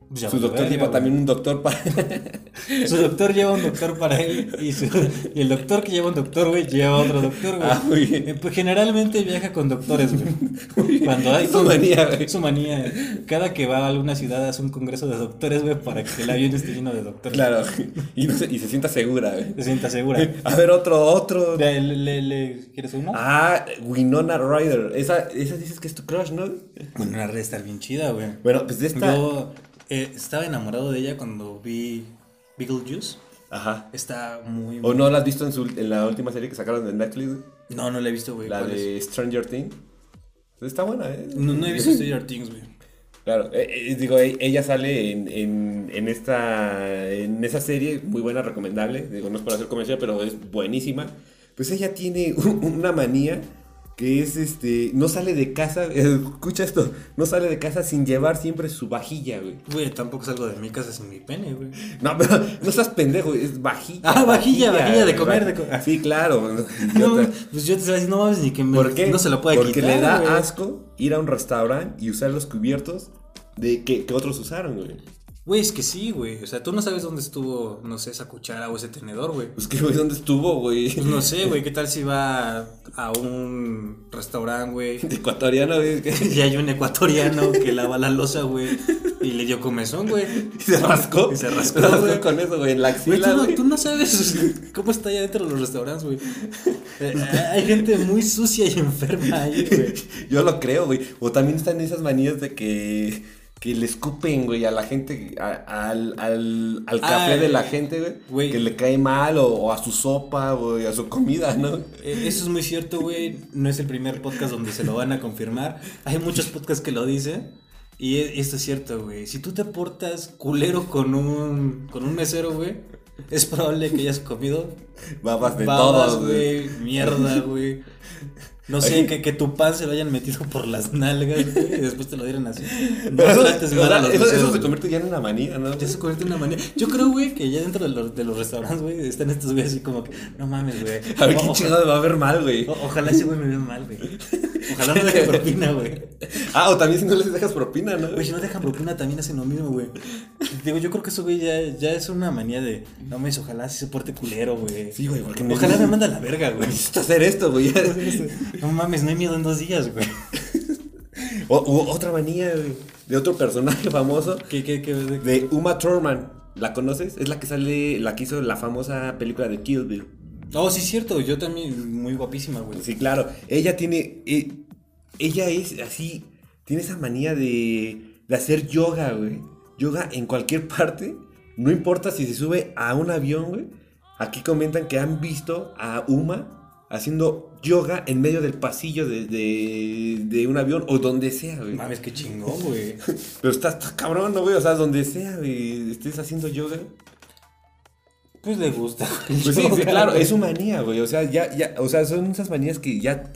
Speaker 4: pues ya
Speaker 5: su
Speaker 4: vale
Speaker 5: doctor
Speaker 4: verga,
Speaker 5: lleva
Speaker 4: güey.
Speaker 5: también un doctor para. <laughs>
Speaker 4: Su doctor lleva un doctor para él y, su- y el doctor que lleva un doctor, güey, lleva otro doctor, güey.
Speaker 5: Ah, muy bien.
Speaker 4: Eh, Pues generalmente viaja con doctores, güey. Cuando hay
Speaker 5: Es su manía, güey.
Speaker 4: su manía. Cada que va a alguna ciudad hace un congreso de doctores, güey, para que el avión esté lleno de doctores.
Speaker 5: claro. Y, no se, y se sienta segura, güey.
Speaker 4: Se sienta segura.
Speaker 5: A ver, otro, otro.
Speaker 4: Ve, le- le- le- ¿Quieres uno?
Speaker 5: Ah, Winona Ryder. Esa, esa dices que es tu crush, ¿no?
Speaker 4: Bueno, una red está bien chida, güey.
Speaker 5: Bueno, pues de esta.
Speaker 4: Yo eh, estaba enamorado de ella cuando vi Beetlejuice.
Speaker 5: Ajá.
Speaker 4: Está muy.
Speaker 5: ¿O no la has visto en, su, en la última serie que sacaron de Netflix? güey?
Speaker 4: No, no la he visto, güey.
Speaker 5: La
Speaker 4: ¿Cuál
Speaker 5: de Stranger Things. Está buena, ¿eh?
Speaker 4: es? No, no he visto Stranger Things, güey.
Speaker 5: Claro, eh, eh, digo, e- ella sale en, en, en esta en esa serie, muy buena, recomendable, digo, no es para hacer comercial, pero es buenísima. Pues ella tiene <laughs> u- una manía que es este, no sale de casa, <laughs> eh, escucha esto, no sale de casa sin llevar siempre su vajilla, güey.
Speaker 4: Güey, tampoco salgo de mi casa sin mi pene, güey.
Speaker 5: No, <laughs> pero no estás pendejo, es vajilla.
Speaker 4: Ah, vajilla, vajilla de comer, de
Speaker 5: güey.
Speaker 4: co-
Speaker 5: Sí,
Speaker 4: <laughs>
Speaker 5: claro.
Speaker 4: No,
Speaker 5: idiota.
Speaker 4: pues yo te estaba diciendo, no mames, ni que me,
Speaker 5: ¿Por qué?
Speaker 4: no se lo puede
Speaker 5: Porque
Speaker 4: quitar.
Speaker 5: le da
Speaker 4: güey.
Speaker 5: asco ir a un restaurante y usar los cubiertos de que, que otros usaron, güey.
Speaker 4: Güey, es que sí, güey. O sea, tú no sabes dónde estuvo, no sé, esa cuchara o ese tenedor, güey.
Speaker 5: Pues que, güey, ¿dónde estuvo, güey?
Speaker 4: Pues no sé, güey, ¿qué tal si va a, a un restaurante, güey?
Speaker 5: <laughs> Ecuatoriano, güey.
Speaker 4: <laughs>
Speaker 5: que- <laughs>
Speaker 4: Y hay un ecuatoriano que lava la losa, güey, y le dio comezón, güey.
Speaker 5: Y se rascó.
Speaker 4: Y se rascó, güey.
Speaker 5: con eso, güey. En la
Speaker 4: Güey, tú,
Speaker 5: axila,
Speaker 4: no,
Speaker 5: güey.
Speaker 4: tú no sabes cómo está allá dentro de los restaurantes, güey. Eh, Hay gente muy sucia y enferma ahí, güey.
Speaker 5: <laughs> Yo lo creo, güey. O también están esas manías de que. Que le escupen, güey, a la gente, a- al, al, al café
Speaker 4: Ay,
Speaker 5: de la gente, güey,
Speaker 4: Ah, güey.
Speaker 5: Que le cae mal, o, o a su sopa, güey, a su comida, ¿no?
Speaker 4: Eh, Eso es muy cierto, güey. No es el primer podcast donde se lo van a confirmar. Hay muchos podcasts que lo dicen. Y e- esto es cierto, güey. Si tú te portas culero con un, con un mesero, güey, es probable que hayas comido
Speaker 5: Babas de
Speaker 4: babas,
Speaker 5: todos, güey.
Speaker 4: güey.
Speaker 5: <laughs>
Speaker 4: Mierda, güey. No sé, que, que tu pan se lo hayan metido por las nalgas, güey, y después te lo dieran
Speaker 5: <laughs>
Speaker 4: así. No
Speaker 5: Pero eso-
Speaker 4: trates
Speaker 5: o
Speaker 4: mal
Speaker 5: sea,
Speaker 4: a los
Speaker 5: eso, eso
Speaker 4: meseros,
Speaker 5: se
Speaker 4: güey.
Speaker 5: convierte ya en una manía, ¿no?
Speaker 4: Ya se convierte en una manía. Yo creo, güey, que ya dentro de los, de los restaurantes, güey, están estos güeyes así como que, no mames, güey.
Speaker 5: <laughs> <laughs> A ver, ¿qué
Speaker 4: Ojalá-
Speaker 5: chingado va a haber mal, güey?
Speaker 4: o- ojalá ese güey me vea mal, güey. Ojalá
Speaker 5: <laughs>
Speaker 4: no deje propina, güey.
Speaker 5: Ah, o también si no les dejas propina, ¿no?
Speaker 4: Güey, si no dejan propina también hacen lo mismo, güey. Digo, yo creo que eso, güey, ya, ya es una manía de, no mames, ojalá sí se porte culero, güey.
Speaker 5: Sí, güey, porque me-
Speaker 4: Ojalá me manda a la verga, güey.
Speaker 5: <laughs> Necesito hacer esto, <laughs> güey.
Speaker 4: No mames, no hay miedo en dos días, güey.
Speaker 5: O- u- otra manía, güey, de otro personaje <laughs> famoso,
Speaker 4: ¿Qué, qué, qué? de-
Speaker 5: de Uma Thurman. ¿La conoces? Es la que sale, la que hizo la famosa película de Kill Bill.
Speaker 4: Oh, sí, es cierto, yo también, muy guapísima, güey.
Speaker 5: Pues Sí, claro. Ella tiene, eh, ella es así, tiene esa manía de, de hacer yoga, güey. Yoga en cualquier <laughs> parte, no importa si se sube a un avión, güey. Aquí comentan que han visto a Uma haciendo yoga en medio del pasillo de, de- de un avión o donde sea, güey.
Speaker 4: Mames, qué chingón, güey.
Speaker 5: <laughs> Pero estás estás cabrón, ¿no, güey? O sea, donde sea, güey, estés haciendo yoga.
Speaker 4: <laughs> Pues le gusta.
Speaker 5: Pues sí, sí, claro, es su manía, güey. O sea, ya, ya, o sea, son esas manías que ya.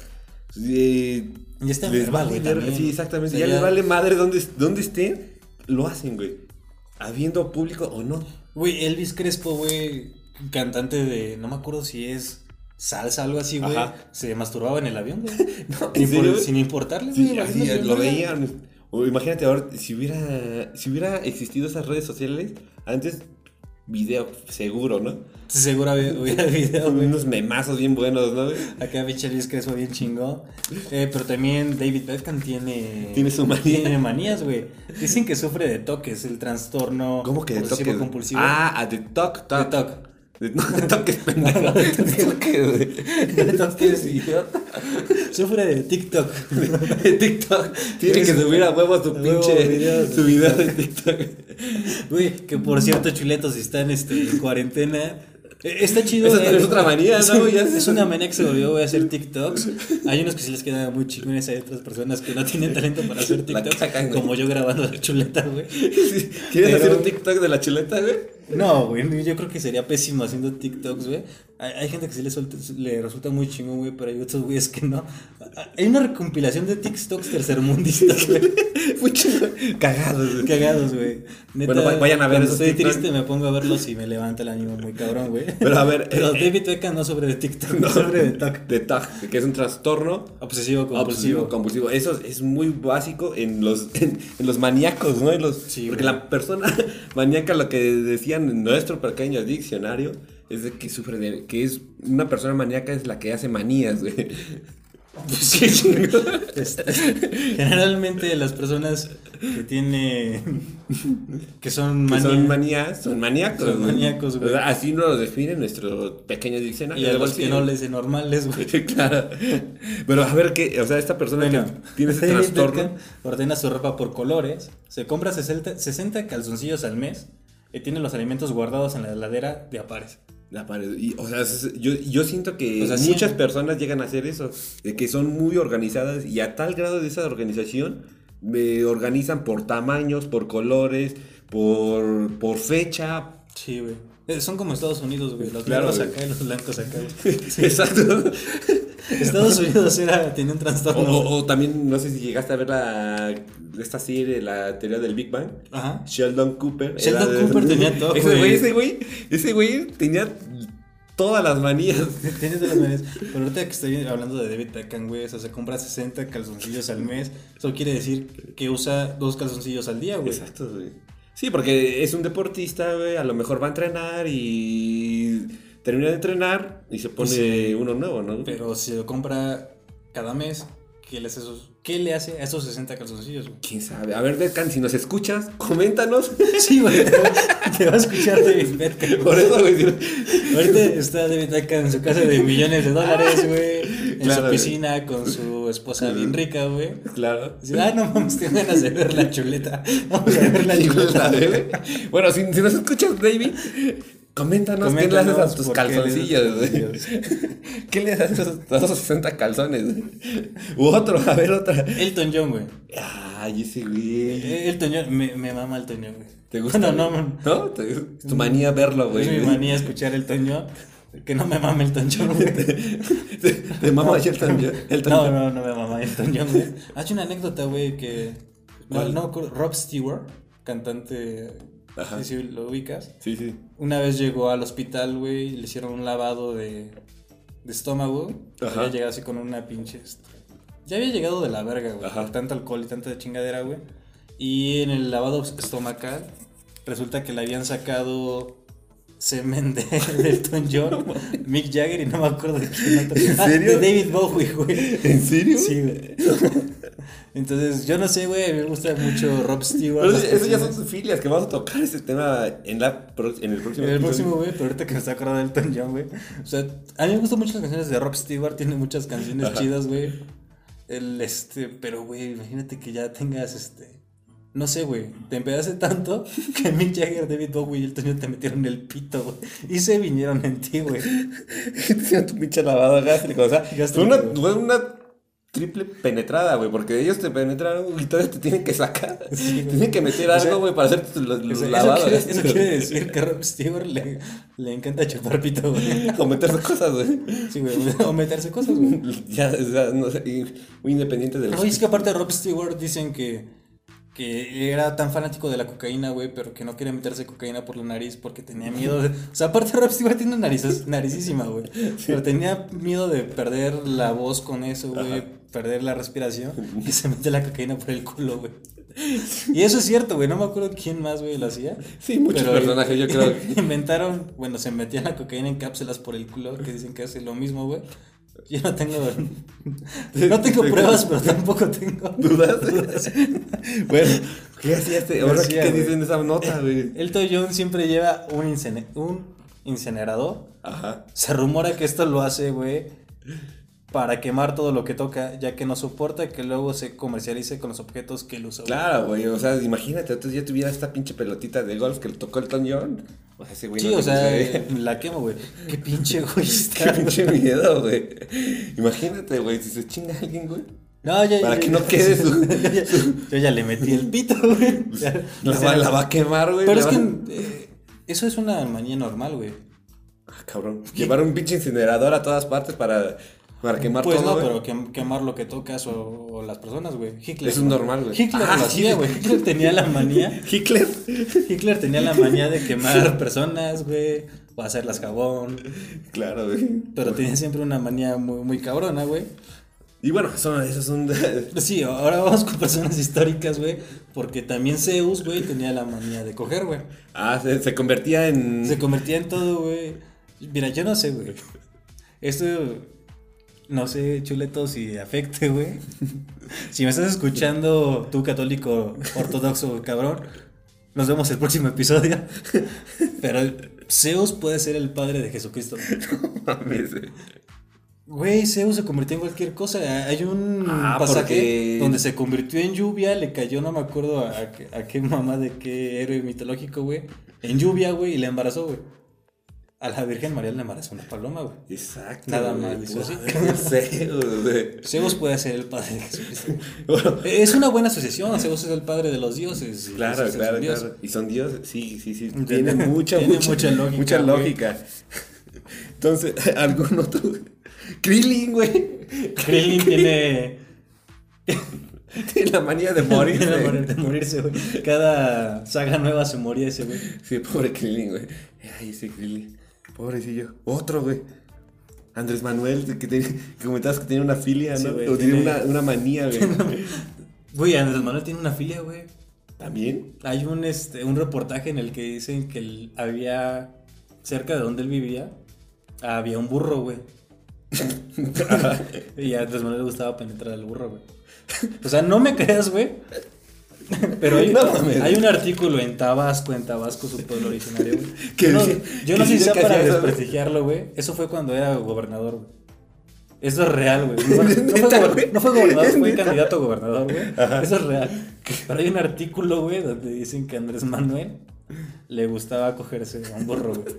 Speaker 5: eh,
Speaker 4: Ya está
Speaker 5: les
Speaker 4: enferma,
Speaker 5: vale
Speaker 4: güey,
Speaker 5: verga,
Speaker 4: también.
Speaker 5: sí, exactamente.
Speaker 4: O sea,
Speaker 5: ya,
Speaker 4: ya-
Speaker 5: les vale madre donde, donde estén, lo hacen, güey. Habiendo público o no.
Speaker 4: Güey, Elvis Crespo, güey, cantante de, no me acuerdo si es salsa, algo así, güey.
Speaker 5: Ajá.
Speaker 4: Se masturbaba en el avión, güey.
Speaker 5: <laughs> ¿en
Speaker 4: Ni por-
Speaker 5: serio, güey?
Speaker 4: sin importarle, güey.
Speaker 5: Sí, así
Speaker 4: imagínate,
Speaker 5: lo
Speaker 4: güey.
Speaker 5: veían. O imagínate ahora, si hubiera, si hubiera existido esas redes sociales, antes video seguro, ¿no?
Speaker 4: Seguro había- hubiera video, güey.
Speaker 5: Unos memazos bien buenos, ¿no?
Speaker 4: <laughs> Acá pinche Luis Crespo bien chingón. Eh, pero también David Beckham tiene.
Speaker 5: Tiene su manía.
Speaker 4: Tiene manías, güey. Dicen que sufre de toques, el trastorno.
Speaker 5: ¿Cómo que de
Speaker 4: obsesivo
Speaker 5: toque?
Speaker 4: compulsivo.
Speaker 5: Ah, a de toque,
Speaker 4: de
Speaker 5: toque.
Speaker 4: toque.
Speaker 5: De, no,
Speaker 4: <laughs>
Speaker 5: de toque, pendejo.
Speaker 4: No,
Speaker 5: de
Speaker 4: de
Speaker 5: toque, güey.
Speaker 4: Entonces, idiota. Sufre de TikTok. <laughs>
Speaker 5: De TikTok. Tiene que
Speaker 4: Tienes-
Speaker 5: subir a huevo su
Speaker 4: a huevo
Speaker 5: pinche
Speaker 4: videos de
Speaker 5: su video de TikTok.
Speaker 4: Güey, que por cierto, chuletos, si están este, en cuarentena. eh, Está chido.
Speaker 5: Esa es otra manía, ¿no?
Speaker 4: Sí,
Speaker 5: Ya
Speaker 4: es
Speaker 5: sé.
Speaker 4: una manía que se volvió voy a hacer TikToks. Hay unos que sí les quedan muy chingones. Hay otras personas que no tienen talento para hacer
Speaker 5: La cagan,
Speaker 4: TikToks.
Speaker 5: güey.
Speaker 4: Como yo grabando la chuleta, güey.
Speaker 5: ¿Quieres
Speaker 4: Pero-
Speaker 5: hacer un TikTok de la chuleta, güey?
Speaker 4: No, güey, yo creo que sería pésimo haciendo TikToks, güey. Hay, hay gente que sí le, suelta- le resulta muy chingón, güey, pero hay otros güeyes que no. Hay una recompilación de TikToks tercermundistas, güey.
Speaker 5: Mucho cagados, güey.
Speaker 4: Cagados, güey. Neta,
Speaker 5: Bueno, va- vayan a ver
Speaker 4: cuando
Speaker 5: esos
Speaker 4: Estoy
Speaker 5: TikTok.
Speaker 4: triste, me pongo a verlos y me levanta el ánimo muy cabrón, güey.
Speaker 5: Pero a ver,
Speaker 4: Pero
Speaker 5: eh,
Speaker 4: David Beckham no sobre de TikTok, no sobre de TikTok.
Speaker 5: De TAC, que es un trastorno
Speaker 4: Obsesivo, compulsivo.
Speaker 5: Obsesivo, compulsivo. Eso es muy básico en los, <laughs> en, en los maníacos, ¿no? En los,
Speaker 4: Sí,
Speaker 5: porque
Speaker 4: güey.
Speaker 5: la persona <laughs> maníaca, lo que decían en nuestro pequeño diccionario, es de que sufre de. que es una persona maníaca es la que hace
Speaker 4: <laughs>
Speaker 5: manías, güey. Qué <laughs> chingón.
Speaker 4: Este, Generalmente las personas que tienen. que son
Speaker 5: Que
Speaker 4: maníacos.
Speaker 5: son manías, son maníacos.
Speaker 4: Son maníacos, güey.
Speaker 5: O sea, así nos lo define nuestro pequeño
Speaker 4: Y
Speaker 5: diccionario.
Speaker 4: a
Speaker 5: de
Speaker 4: los que
Speaker 5: bolsillo.
Speaker 4: no
Speaker 5: <laughs>
Speaker 4: les de normales, güey.
Speaker 5: claro. Pero a ver qué, o sea, esta persona
Speaker 4: Bueno,
Speaker 5: que
Speaker 4: <laughs>
Speaker 5: tiene ese
Speaker 4: David
Speaker 5: trastorno.
Speaker 4: Beckham ordena su ropa por colores, se compra 60, 60 calzoncillos al mes y tiene los alimentos guardados en la heladera de apares.
Speaker 5: La pared. Y, o sea, es- yo, yo siento que
Speaker 4: O sea, sí.
Speaker 5: muchas personas llegan a hacer eso, de que son muy organizadas y a tal grado de esa organización me organizan por tamaños, por colores, por, por fecha. <laughs>
Speaker 4: Sí, güey. Eh, Son como Estados Unidos, güey. Los
Speaker 5: Claro,
Speaker 4: blancos
Speaker 5: güey.
Speaker 4: acá y los blancos acá. <laughs> güey.
Speaker 5: <laughs>
Speaker 4: <laughs>
Speaker 5: Exacto.
Speaker 4: Estados Unidos era, tenía un
Speaker 5: O,
Speaker 4: trastorno.
Speaker 5: o- o también, no sé si llegaste a ver la, esta serie, la teoría del Big Bang.
Speaker 4: Ajá.
Speaker 5: Sheldon Cooper. era
Speaker 4: Sheldon
Speaker 5: de-
Speaker 4: Cooper tenía todo,
Speaker 5: Ese güey,
Speaker 4: güey.
Speaker 5: ese güey, ese güey tenía todas las manías.
Speaker 4: Tienes de las maneras. Pero ahorita que estoy hablando de David Beckham, güey, o sea, se compra 60 calzoncillos al mes. Eso quiere decir que usa dos calzoncillos al día, güey.
Speaker 5: <laughs> Exacto, güey. Sí, porque es un deportista, güey. A lo mejor va a entrenar y termina de entrenar y se pone
Speaker 4: Sí.
Speaker 5: uno nuevo, ¿no?
Speaker 4: Pero si lo compra cada mes, ¿qué le hace, esos, qué le hace a esos 60 calzoncillos, güey?
Speaker 5: ¿Quién sabe? A ver, Decan, si nos escuchas, coméntanos. <laughs>
Speaker 4: Sí, güey. Te va a escuchar David Beckham.
Speaker 5: Por eso, güey. si-
Speaker 4: Ahorita está David Beckham en su casa de millones de dólares, güey. En
Speaker 5: Ah, Claro,
Speaker 4: su
Speaker 5: güey.
Speaker 4: piscina con su esposa bien rica, güey.
Speaker 5: Claro.
Speaker 4: Dice, ah, no mames, tengo ganas de ver la
Speaker 5: <laughs>
Speaker 4: chuleta. Vamos a ver la chuleta.
Speaker 5: bueno, si, si nos escuchas, David, coméntanos, qué le haces
Speaker 4: Coméntanos
Speaker 5: a tus
Speaker 4: por qué le haces
Speaker 5: calzoncillos,
Speaker 4: tus
Speaker 5: güey. <laughs> ¿Qué le haces a esos- a esos 60 calzones? <laughs> U otro, a ver, otra.
Speaker 4: Elton John, güey.
Speaker 5: Ay, ese güey.
Speaker 4: Eh, Elton John, me, me mama Elton John, güey.
Speaker 5: ¿Te gusta?
Speaker 4: No, no,
Speaker 5: güey?
Speaker 4: man.
Speaker 5: ¿No? ¿Te- es tu manía verlo, güey.
Speaker 4: Es mi manía escuchar Elton John. Que no me mame Elton John,
Speaker 5: <laughs>
Speaker 4: güey.
Speaker 5: <laughs> Te,
Speaker 4: <laughs>
Speaker 5: te mama Elton John. Elton
Speaker 4: No,
Speaker 5: John.
Speaker 4: no, no me mama Elton John, güey. <laughs> Hay una anécdota, güey, que. No,
Speaker 5: ¿Cuál?
Speaker 4: no me acuerdo, Rob Stewart, cantante.
Speaker 5: Ajá.
Speaker 4: Sí, sí, lo ubicas.
Speaker 5: Sí, sí.
Speaker 4: Una vez llegó al hospital, güey, y le hicieron un lavado de, de estómago.
Speaker 5: Ajá.
Speaker 4: Había llegado así con una pinche. este, Ya había llegado de la verga, güey.
Speaker 5: Ajá.
Speaker 4: por Tanto alcohol y tanta chingadera, güey. Y en el lavado estomacal, resulta que le habían sacado semen de <laughs> de Elton John, Mick Jagger y no me acuerdo de quién otro.
Speaker 5: ¿En
Speaker 4: Ah,
Speaker 5: serio?
Speaker 4: de David Bowie, güey.
Speaker 5: ¿En serio?
Speaker 4: Sí,
Speaker 5: <laughs>
Speaker 4: güey. Entonces, yo no sé, güey. Me gusta mucho Rob Stewart.
Speaker 5: Pero
Speaker 4: las
Speaker 5: eso, eso ya son
Speaker 4: canciones.
Speaker 5: sus filias, que vamos a tocar ese tema en, la, pro- en el próximo
Speaker 4: En el
Speaker 5: episodio.
Speaker 4: próximo, güey, pero ahorita que me está acordando de Elton John, güey. O sea, a mí me gustan muchas canciones de Rob Stewart, tiene muchas canciones
Speaker 5: Ajá.
Speaker 4: chidas, güey. El este, pero güey, imagínate que ya tengas este. No sé, güey, te empedaste tanto <laughs> que Mick Jagger, David Bowie y Elton John te metieron el pito, güey. Y se vinieron en ti, güey.
Speaker 5: Hicieron tu pinche lavado gástrico. O sea, fue
Speaker 4: Gástrico,
Speaker 5: una,
Speaker 4: güey.
Speaker 5: fue una triple penetrada, güey, porque ellos te penetraron y todavía te tienen que sacar. tienen que meter
Speaker 4: O sea,
Speaker 5: algo, güey, para hacerte tu- los, los
Speaker 4: Eso, eso
Speaker 5: lavados.
Speaker 4: quiere, eso
Speaker 5: gástricos.
Speaker 4: quiere decir que a Rob Stewart le, le encanta chupar pito, güey.
Speaker 5: <laughs> O meterse cosas, güey. <laughs>
Speaker 4: Sí, güey, o meterse cosas, güey.
Speaker 5: Ya, o sea, no sé, y muy independiente de los.
Speaker 4: No, y es que aparte Rob Stewart dicen que, que era tan fanático de la cocaína, güey, pero que no quería meterse cocaína por la nariz porque tenía miedo de... O sea, aparte Rob Stewart tiene nariz, naricísima,
Speaker 5: <laughs>
Speaker 4: güey. Pero tenía miedo de perder
Speaker 5: <laughs>
Speaker 4: la voz con eso, güey, perder la respiración y se mete la cocaína por el culo, güey. Y eso es cierto, güey. No me acuerdo quién más, güey, lo hacía.
Speaker 5: Sí, muchos
Speaker 4: Pero,
Speaker 5: personajes, yo creo.
Speaker 4: <laughs> Inventaron, bueno, se metían la cocaína en cápsulas por el culo, que dicen que hace lo mismo, güey. Yo no tengo. No tengo pruebas, pero tampoco tengo.
Speaker 5: <laughs> ¿Dudas? <laughs> bueno, ¿qué hacías?
Speaker 4: ¿Qué
Speaker 5: Ahora,
Speaker 4: hacía,
Speaker 5: ¿qué
Speaker 4: güey?
Speaker 5: dicen de esa nota, güey?
Speaker 4: Elton John siempre lleva un, incene- un incinerador.
Speaker 5: Ajá.
Speaker 4: Se rumora que esto lo hace, güey, para quemar todo lo que toca, ya que no soporta que luego se comercialice con los objetos que él usa. güey.
Speaker 5: Claro, güey, o sea, imagínate, entonces ya tuviera esta pinche pelotita de golf que le tocó el John. O sea, ese güey
Speaker 4: Sí,
Speaker 5: no
Speaker 4: o
Speaker 5: le
Speaker 4: sea,
Speaker 5: gusta,
Speaker 4: <laughs>
Speaker 5: güey.
Speaker 4: la quemo, güey. Qué
Speaker 5: <laughs>
Speaker 4: pinche, güey. está,
Speaker 5: Qué Este pinche miedo, güey. Imagínate, güey, si se chinga
Speaker 4: <laughs>
Speaker 5: alguien, güey.
Speaker 4: No, ya,
Speaker 5: Para
Speaker 4: ya-
Speaker 5: que
Speaker 4: ya-
Speaker 5: no quede su-
Speaker 4: yo, <laughs> ya, yo ya le metí el pito,
Speaker 5: <laughs>
Speaker 4: güey. Ya,
Speaker 5: La,
Speaker 4: o sea,
Speaker 5: va, la va a quemar, güey.
Speaker 4: Pero es
Speaker 5: la va-
Speaker 4: que eh, eso es una manía normal, güey.
Speaker 5: Ah, cabrón. Llevar un pinche incinerador a todas partes para, para quemar
Speaker 4: Pues
Speaker 5: todo,
Speaker 4: no,
Speaker 5: güey.
Speaker 4: pero quem- quemar lo que tocas o, o las personas, güey. Hitler.
Speaker 5: Es un normal, güey.
Speaker 4: Hitler
Speaker 5: Ah,
Speaker 4: lo
Speaker 5: sí.
Speaker 4: hacía, güey. Hitler tenía la manía.
Speaker 5: Hitler.
Speaker 4: Hitler tenía la manía de
Speaker 5: <laughs>
Speaker 4: quemar personas, güey. O hacerlas jabón.
Speaker 5: Claro, güey.
Speaker 4: Pero tenía siempre una manía muy, muy cabrona, güey.
Speaker 5: Y bueno, son, esos son...
Speaker 4: Sí, ahora vamos con personas históricas, güey. Porque también Zeus, güey, tenía la manía de coger, güey.
Speaker 5: ah, se, se convertía en... <laughs>
Speaker 4: Se convertía en todo, güey. Mira, yo no sé, güey. Esto, no sé, chuleto, si afecte, güey. Si me estás escuchando, tú católico ortodoxo, cabrón, nos vemos el próximo episodio. <laughs> Pero Zeus puede ser el padre de Jesucristo.
Speaker 5: Mames, güey.
Speaker 4: Güey, Zeus se convirtió en cualquier cosa. Hay un
Speaker 5: Ah,
Speaker 4: pasaje
Speaker 5: porque-
Speaker 4: donde se convirtió en lluvia, le cayó, no me acuerdo a, a qué- a qué mamá de qué héroe mitológico, güey. En lluvia, güey, y la embarazó, güey. A la Virgen María le embarazó una paloma, güey.
Speaker 5: Exacto.
Speaker 4: Nada
Speaker 5: güey.
Speaker 4: más, dice así.
Speaker 5: <laughs> No sé, güey.
Speaker 4: Zeus puede ser el padre de Jesucristo.
Speaker 5: <laughs> Bueno,
Speaker 4: es una buena asociación, Zeus es el padre de los dioses. y
Speaker 5: Claro,
Speaker 4: Jesús es un
Speaker 5: claro,
Speaker 4: dios.
Speaker 5: claro. Y son dioses. Sí, sí, sí.
Speaker 4: Entiende.
Speaker 5: Tiene
Speaker 4: <laughs>
Speaker 5: mucha,
Speaker 4: Tiene
Speaker 5: mucha,
Speaker 4: mucha
Speaker 5: mucha
Speaker 4: lógica,
Speaker 5: lógica.
Speaker 4: güey.
Speaker 5: Entonces, <laughs> algún otro. Krillin, güey. <laughs>
Speaker 4: Krillin tiene...
Speaker 5: Tiene la manía
Speaker 4: <laughs>
Speaker 5: de morir.
Speaker 4: tiene la manera de morirse, güey. Cada saga nueva se moría ese, güey.
Speaker 5: Sí, pobre Krillin, güey. Ay, ese Krillin. Pobrecillo. Otro, güey. Andrés Manuel, que, te- que comentabas que tiene una filia,
Speaker 4: Sí,
Speaker 5: ¿no?
Speaker 4: güey,
Speaker 5: o tiene
Speaker 4: tiene-
Speaker 5: una, una
Speaker 4: <laughs>
Speaker 5: manía, güey.
Speaker 4: Güey, Andrés Manuel tiene una filia, güey.
Speaker 5: También.
Speaker 4: Hay un, este, un reportaje en el que dicen que el- había, cerca de donde él vivía, había un burro, güey. <laughs> y a Andrés Manuel le gustaba penetrar al burro, güey. <laughs> O sea, no me creas, güey. Pero hay,
Speaker 5: <laughs> No mames.
Speaker 4: hay un artículo en Tabasco, en Tabasco, su pueblo originario,
Speaker 5: <laughs>
Speaker 4: güey.
Speaker 5: Que
Speaker 4: Yo no,
Speaker 5: dice-
Speaker 4: yo no
Speaker 5: que
Speaker 4: sé si
Speaker 5: dice
Speaker 4: sea
Speaker 5: que
Speaker 4: para
Speaker 5: hacía eso, güey.
Speaker 4: desprestigiarlo, güey. Eso fue cuando era gobernador, güey. Eso es real, güey.
Speaker 5: <laughs>
Speaker 4: No, no fue,
Speaker 5: Neta,
Speaker 4: gober-
Speaker 5: güey.
Speaker 4: no fue gobernador, fue
Speaker 5: Neta.
Speaker 4: candidato a gobernador, güey. Eso es real. Pero hay un artículo, güey, donde dicen que a Andrés Manuel le gustaba cogerse a un burro,
Speaker 5: <laughs>
Speaker 4: güey.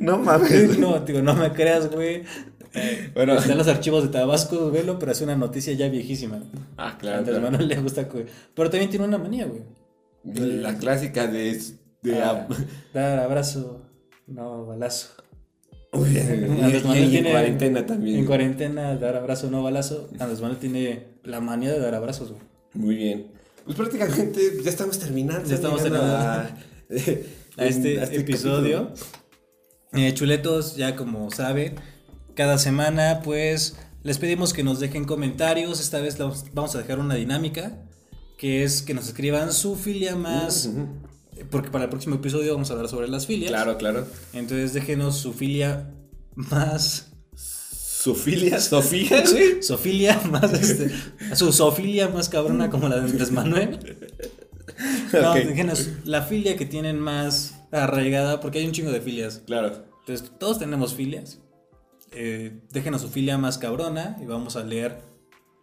Speaker 5: No
Speaker 4: <laughs>
Speaker 5: mames. güey.
Speaker 4: No, digo, no me creas, güey. Eh,
Speaker 5: Bueno.
Speaker 4: Están los archivos de Tabasco, velo, pero es una noticia ya viejísima.
Speaker 5: Ah,
Speaker 4: a
Speaker 5: claro.
Speaker 4: Andrés
Speaker 5: claro.
Speaker 4: Manuel le gusta coger. Pero también tiene una manía, güey.
Speaker 5: La clásica de. de
Speaker 4: Ah, dar abrazo, no balazo.
Speaker 5: Uy,
Speaker 4: Andrés
Speaker 5: y- y-
Speaker 4: Manuel
Speaker 5: y en
Speaker 4: tiene-
Speaker 5: cuarentena también.
Speaker 4: En cuarentena, dar abrazo, no balazo. Andrés Manuel tiene la manía de dar abrazos, güey.
Speaker 5: Muy bien. Pues prácticamente ya estamos terminando.
Speaker 4: Ya estamos
Speaker 5: llegando
Speaker 4: terminando.
Speaker 5: A,
Speaker 4: a
Speaker 5: <laughs>
Speaker 4: este episodio. Eh, chuletos, ya como saben, cada semana pues les pedimos que nos dejen comentarios. Esta vez los- vamos a dejar una dinámica que es que nos escriban su filia más,
Speaker 5: Ujú.
Speaker 4: porque para el próximo episodio vamos a hablar sobre las filias.
Speaker 5: Claro, claro.
Speaker 4: Entonces déjenos su filia más...
Speaker 5: Sofilia. Sofía, güey.
Speaker 4: Sofilia <laughs> más este, su sofilia más cabrona como la de Andrés
Speaker 5: <laughs>
Speaker 4: Manuel. No,
Speaker 5: Ok.
Speaker 4: déjenos la filia que tienen más arraigada, porque hay un chingo de filias.
Speaker 5: Claro.
Speaker 4: Entonces, todos tenemos filias. Eh, déjenos su filia más cabrona y vamos a leer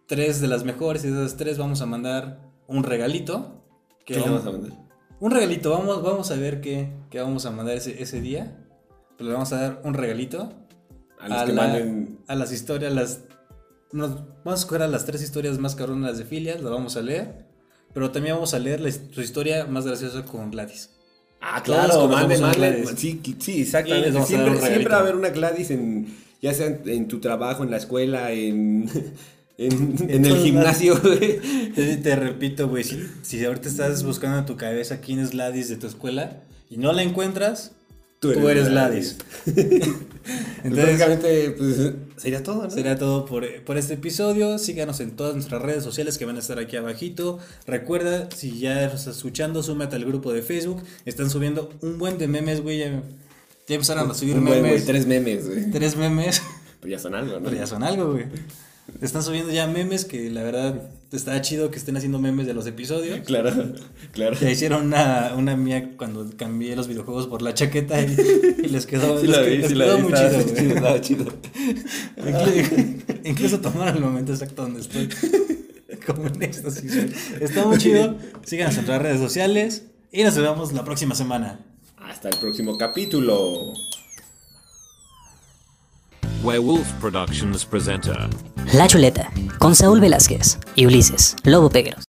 Speaker 4: tres de las mejores. Y de esas tres vamos a mandar un regalito.
Speaker 5: ¿Qué le vamos a mandar?
Speaker 4: Un regalito, vamos, vamos a ver qué, qué vamos a mandar ese, ese día. Pero le vamos a dar un regalito
Speaker 5: A los que
Speaker 4: la-
Speaker 5: manden.
Speaker 4: a las historias, las. nos- vamos a escoger a las tres historias más cabronas de filias, las vamos a leer. Pero también vamos a leer la his- su historia más graciosa con Gladys. <laughs>
Speaker 5: Ah,
Speaker 4: Todos
Speaker 5: claro, manden,
Speaker 4: conocemos una
Speaker 5: manden.
Speaker 4: Gladys.
Speaker 5: Sí, qui- sí,
Speaker 4: Y les
Speaker 5: exactamente.
Speaker 4: vamos a dar un
Speaker 5: Siempre, siempre va a
Speaker 4: regalito.
Speaker 5: haber una Gladys en. Ya sea en, en tu trabajo, en la escuela, en. <laughs> En, en el
Speaker 4: todos
Speaker 5: gimnasio, güey.
Speaker 4: Te, te repito, güey, si, si ahorita estás buscando en tu cabeza quién es Gladys de tu escuela y no la encuentras, Tú eres Ladis. <laughs> Entonces-
Speaker 5: Prácticamente, pues, sería todo, ¿no?
Speaker 4: Será todo por, por este episodio. Síganos en todas nuestras redes sociales que van a estar aquí abajito. Recuerda, si ya nos estás escuchando, súmate al grupo de Facebook. Están subiendo un buen de memes, güey. Ya, ya empezaron a subir
Speaker 5: Un buen,
Speaker 4: memes.
Speaker 5: güey, tres memes, güey.
Speaker 4: Tres memes. <laughs>
Speaker 5: Pues ya son algo, ¿no?
Speaker 4: Pero ya son algo, güey. Están subiendo ya memes que la verdad está chido que estén haciendo memes de los episodios.
Speaker 5: <laughs> Claro, claro.
Speaker 4: Ya hicieron una, una mía cuando cambié los videojuegos por la chaqueta y, y les quedó,
Speaker 5: Sí
Speaker 4: les
Speaker 5: la
Speaker 4: que-
Speaker 5: vi,
Speaker 4: les
Speaker 5: sí la
Speaker 4: quedó
Speaker 5: vi,
Speaker 4: muy
Speaker 5: estaba-
Speaker 4: chido, güey.
Speaker 5: estaba chido.
Speaker 4: Inclu- <laughs> Incluso tomar el momento exacto donde estoy. <laughs> Como en éxtasis. güey. Está muy chido. Síganos en nuestras redes sociales. Y nos vemos la próxima semana.
Speaker 5: Hasta el próximo capítulo.
Speaker 2: Werewolf Productions presenter.
Speaker 3: La Chuleta, con Saúl Velázquez y Ulises, Lobo Pegueros.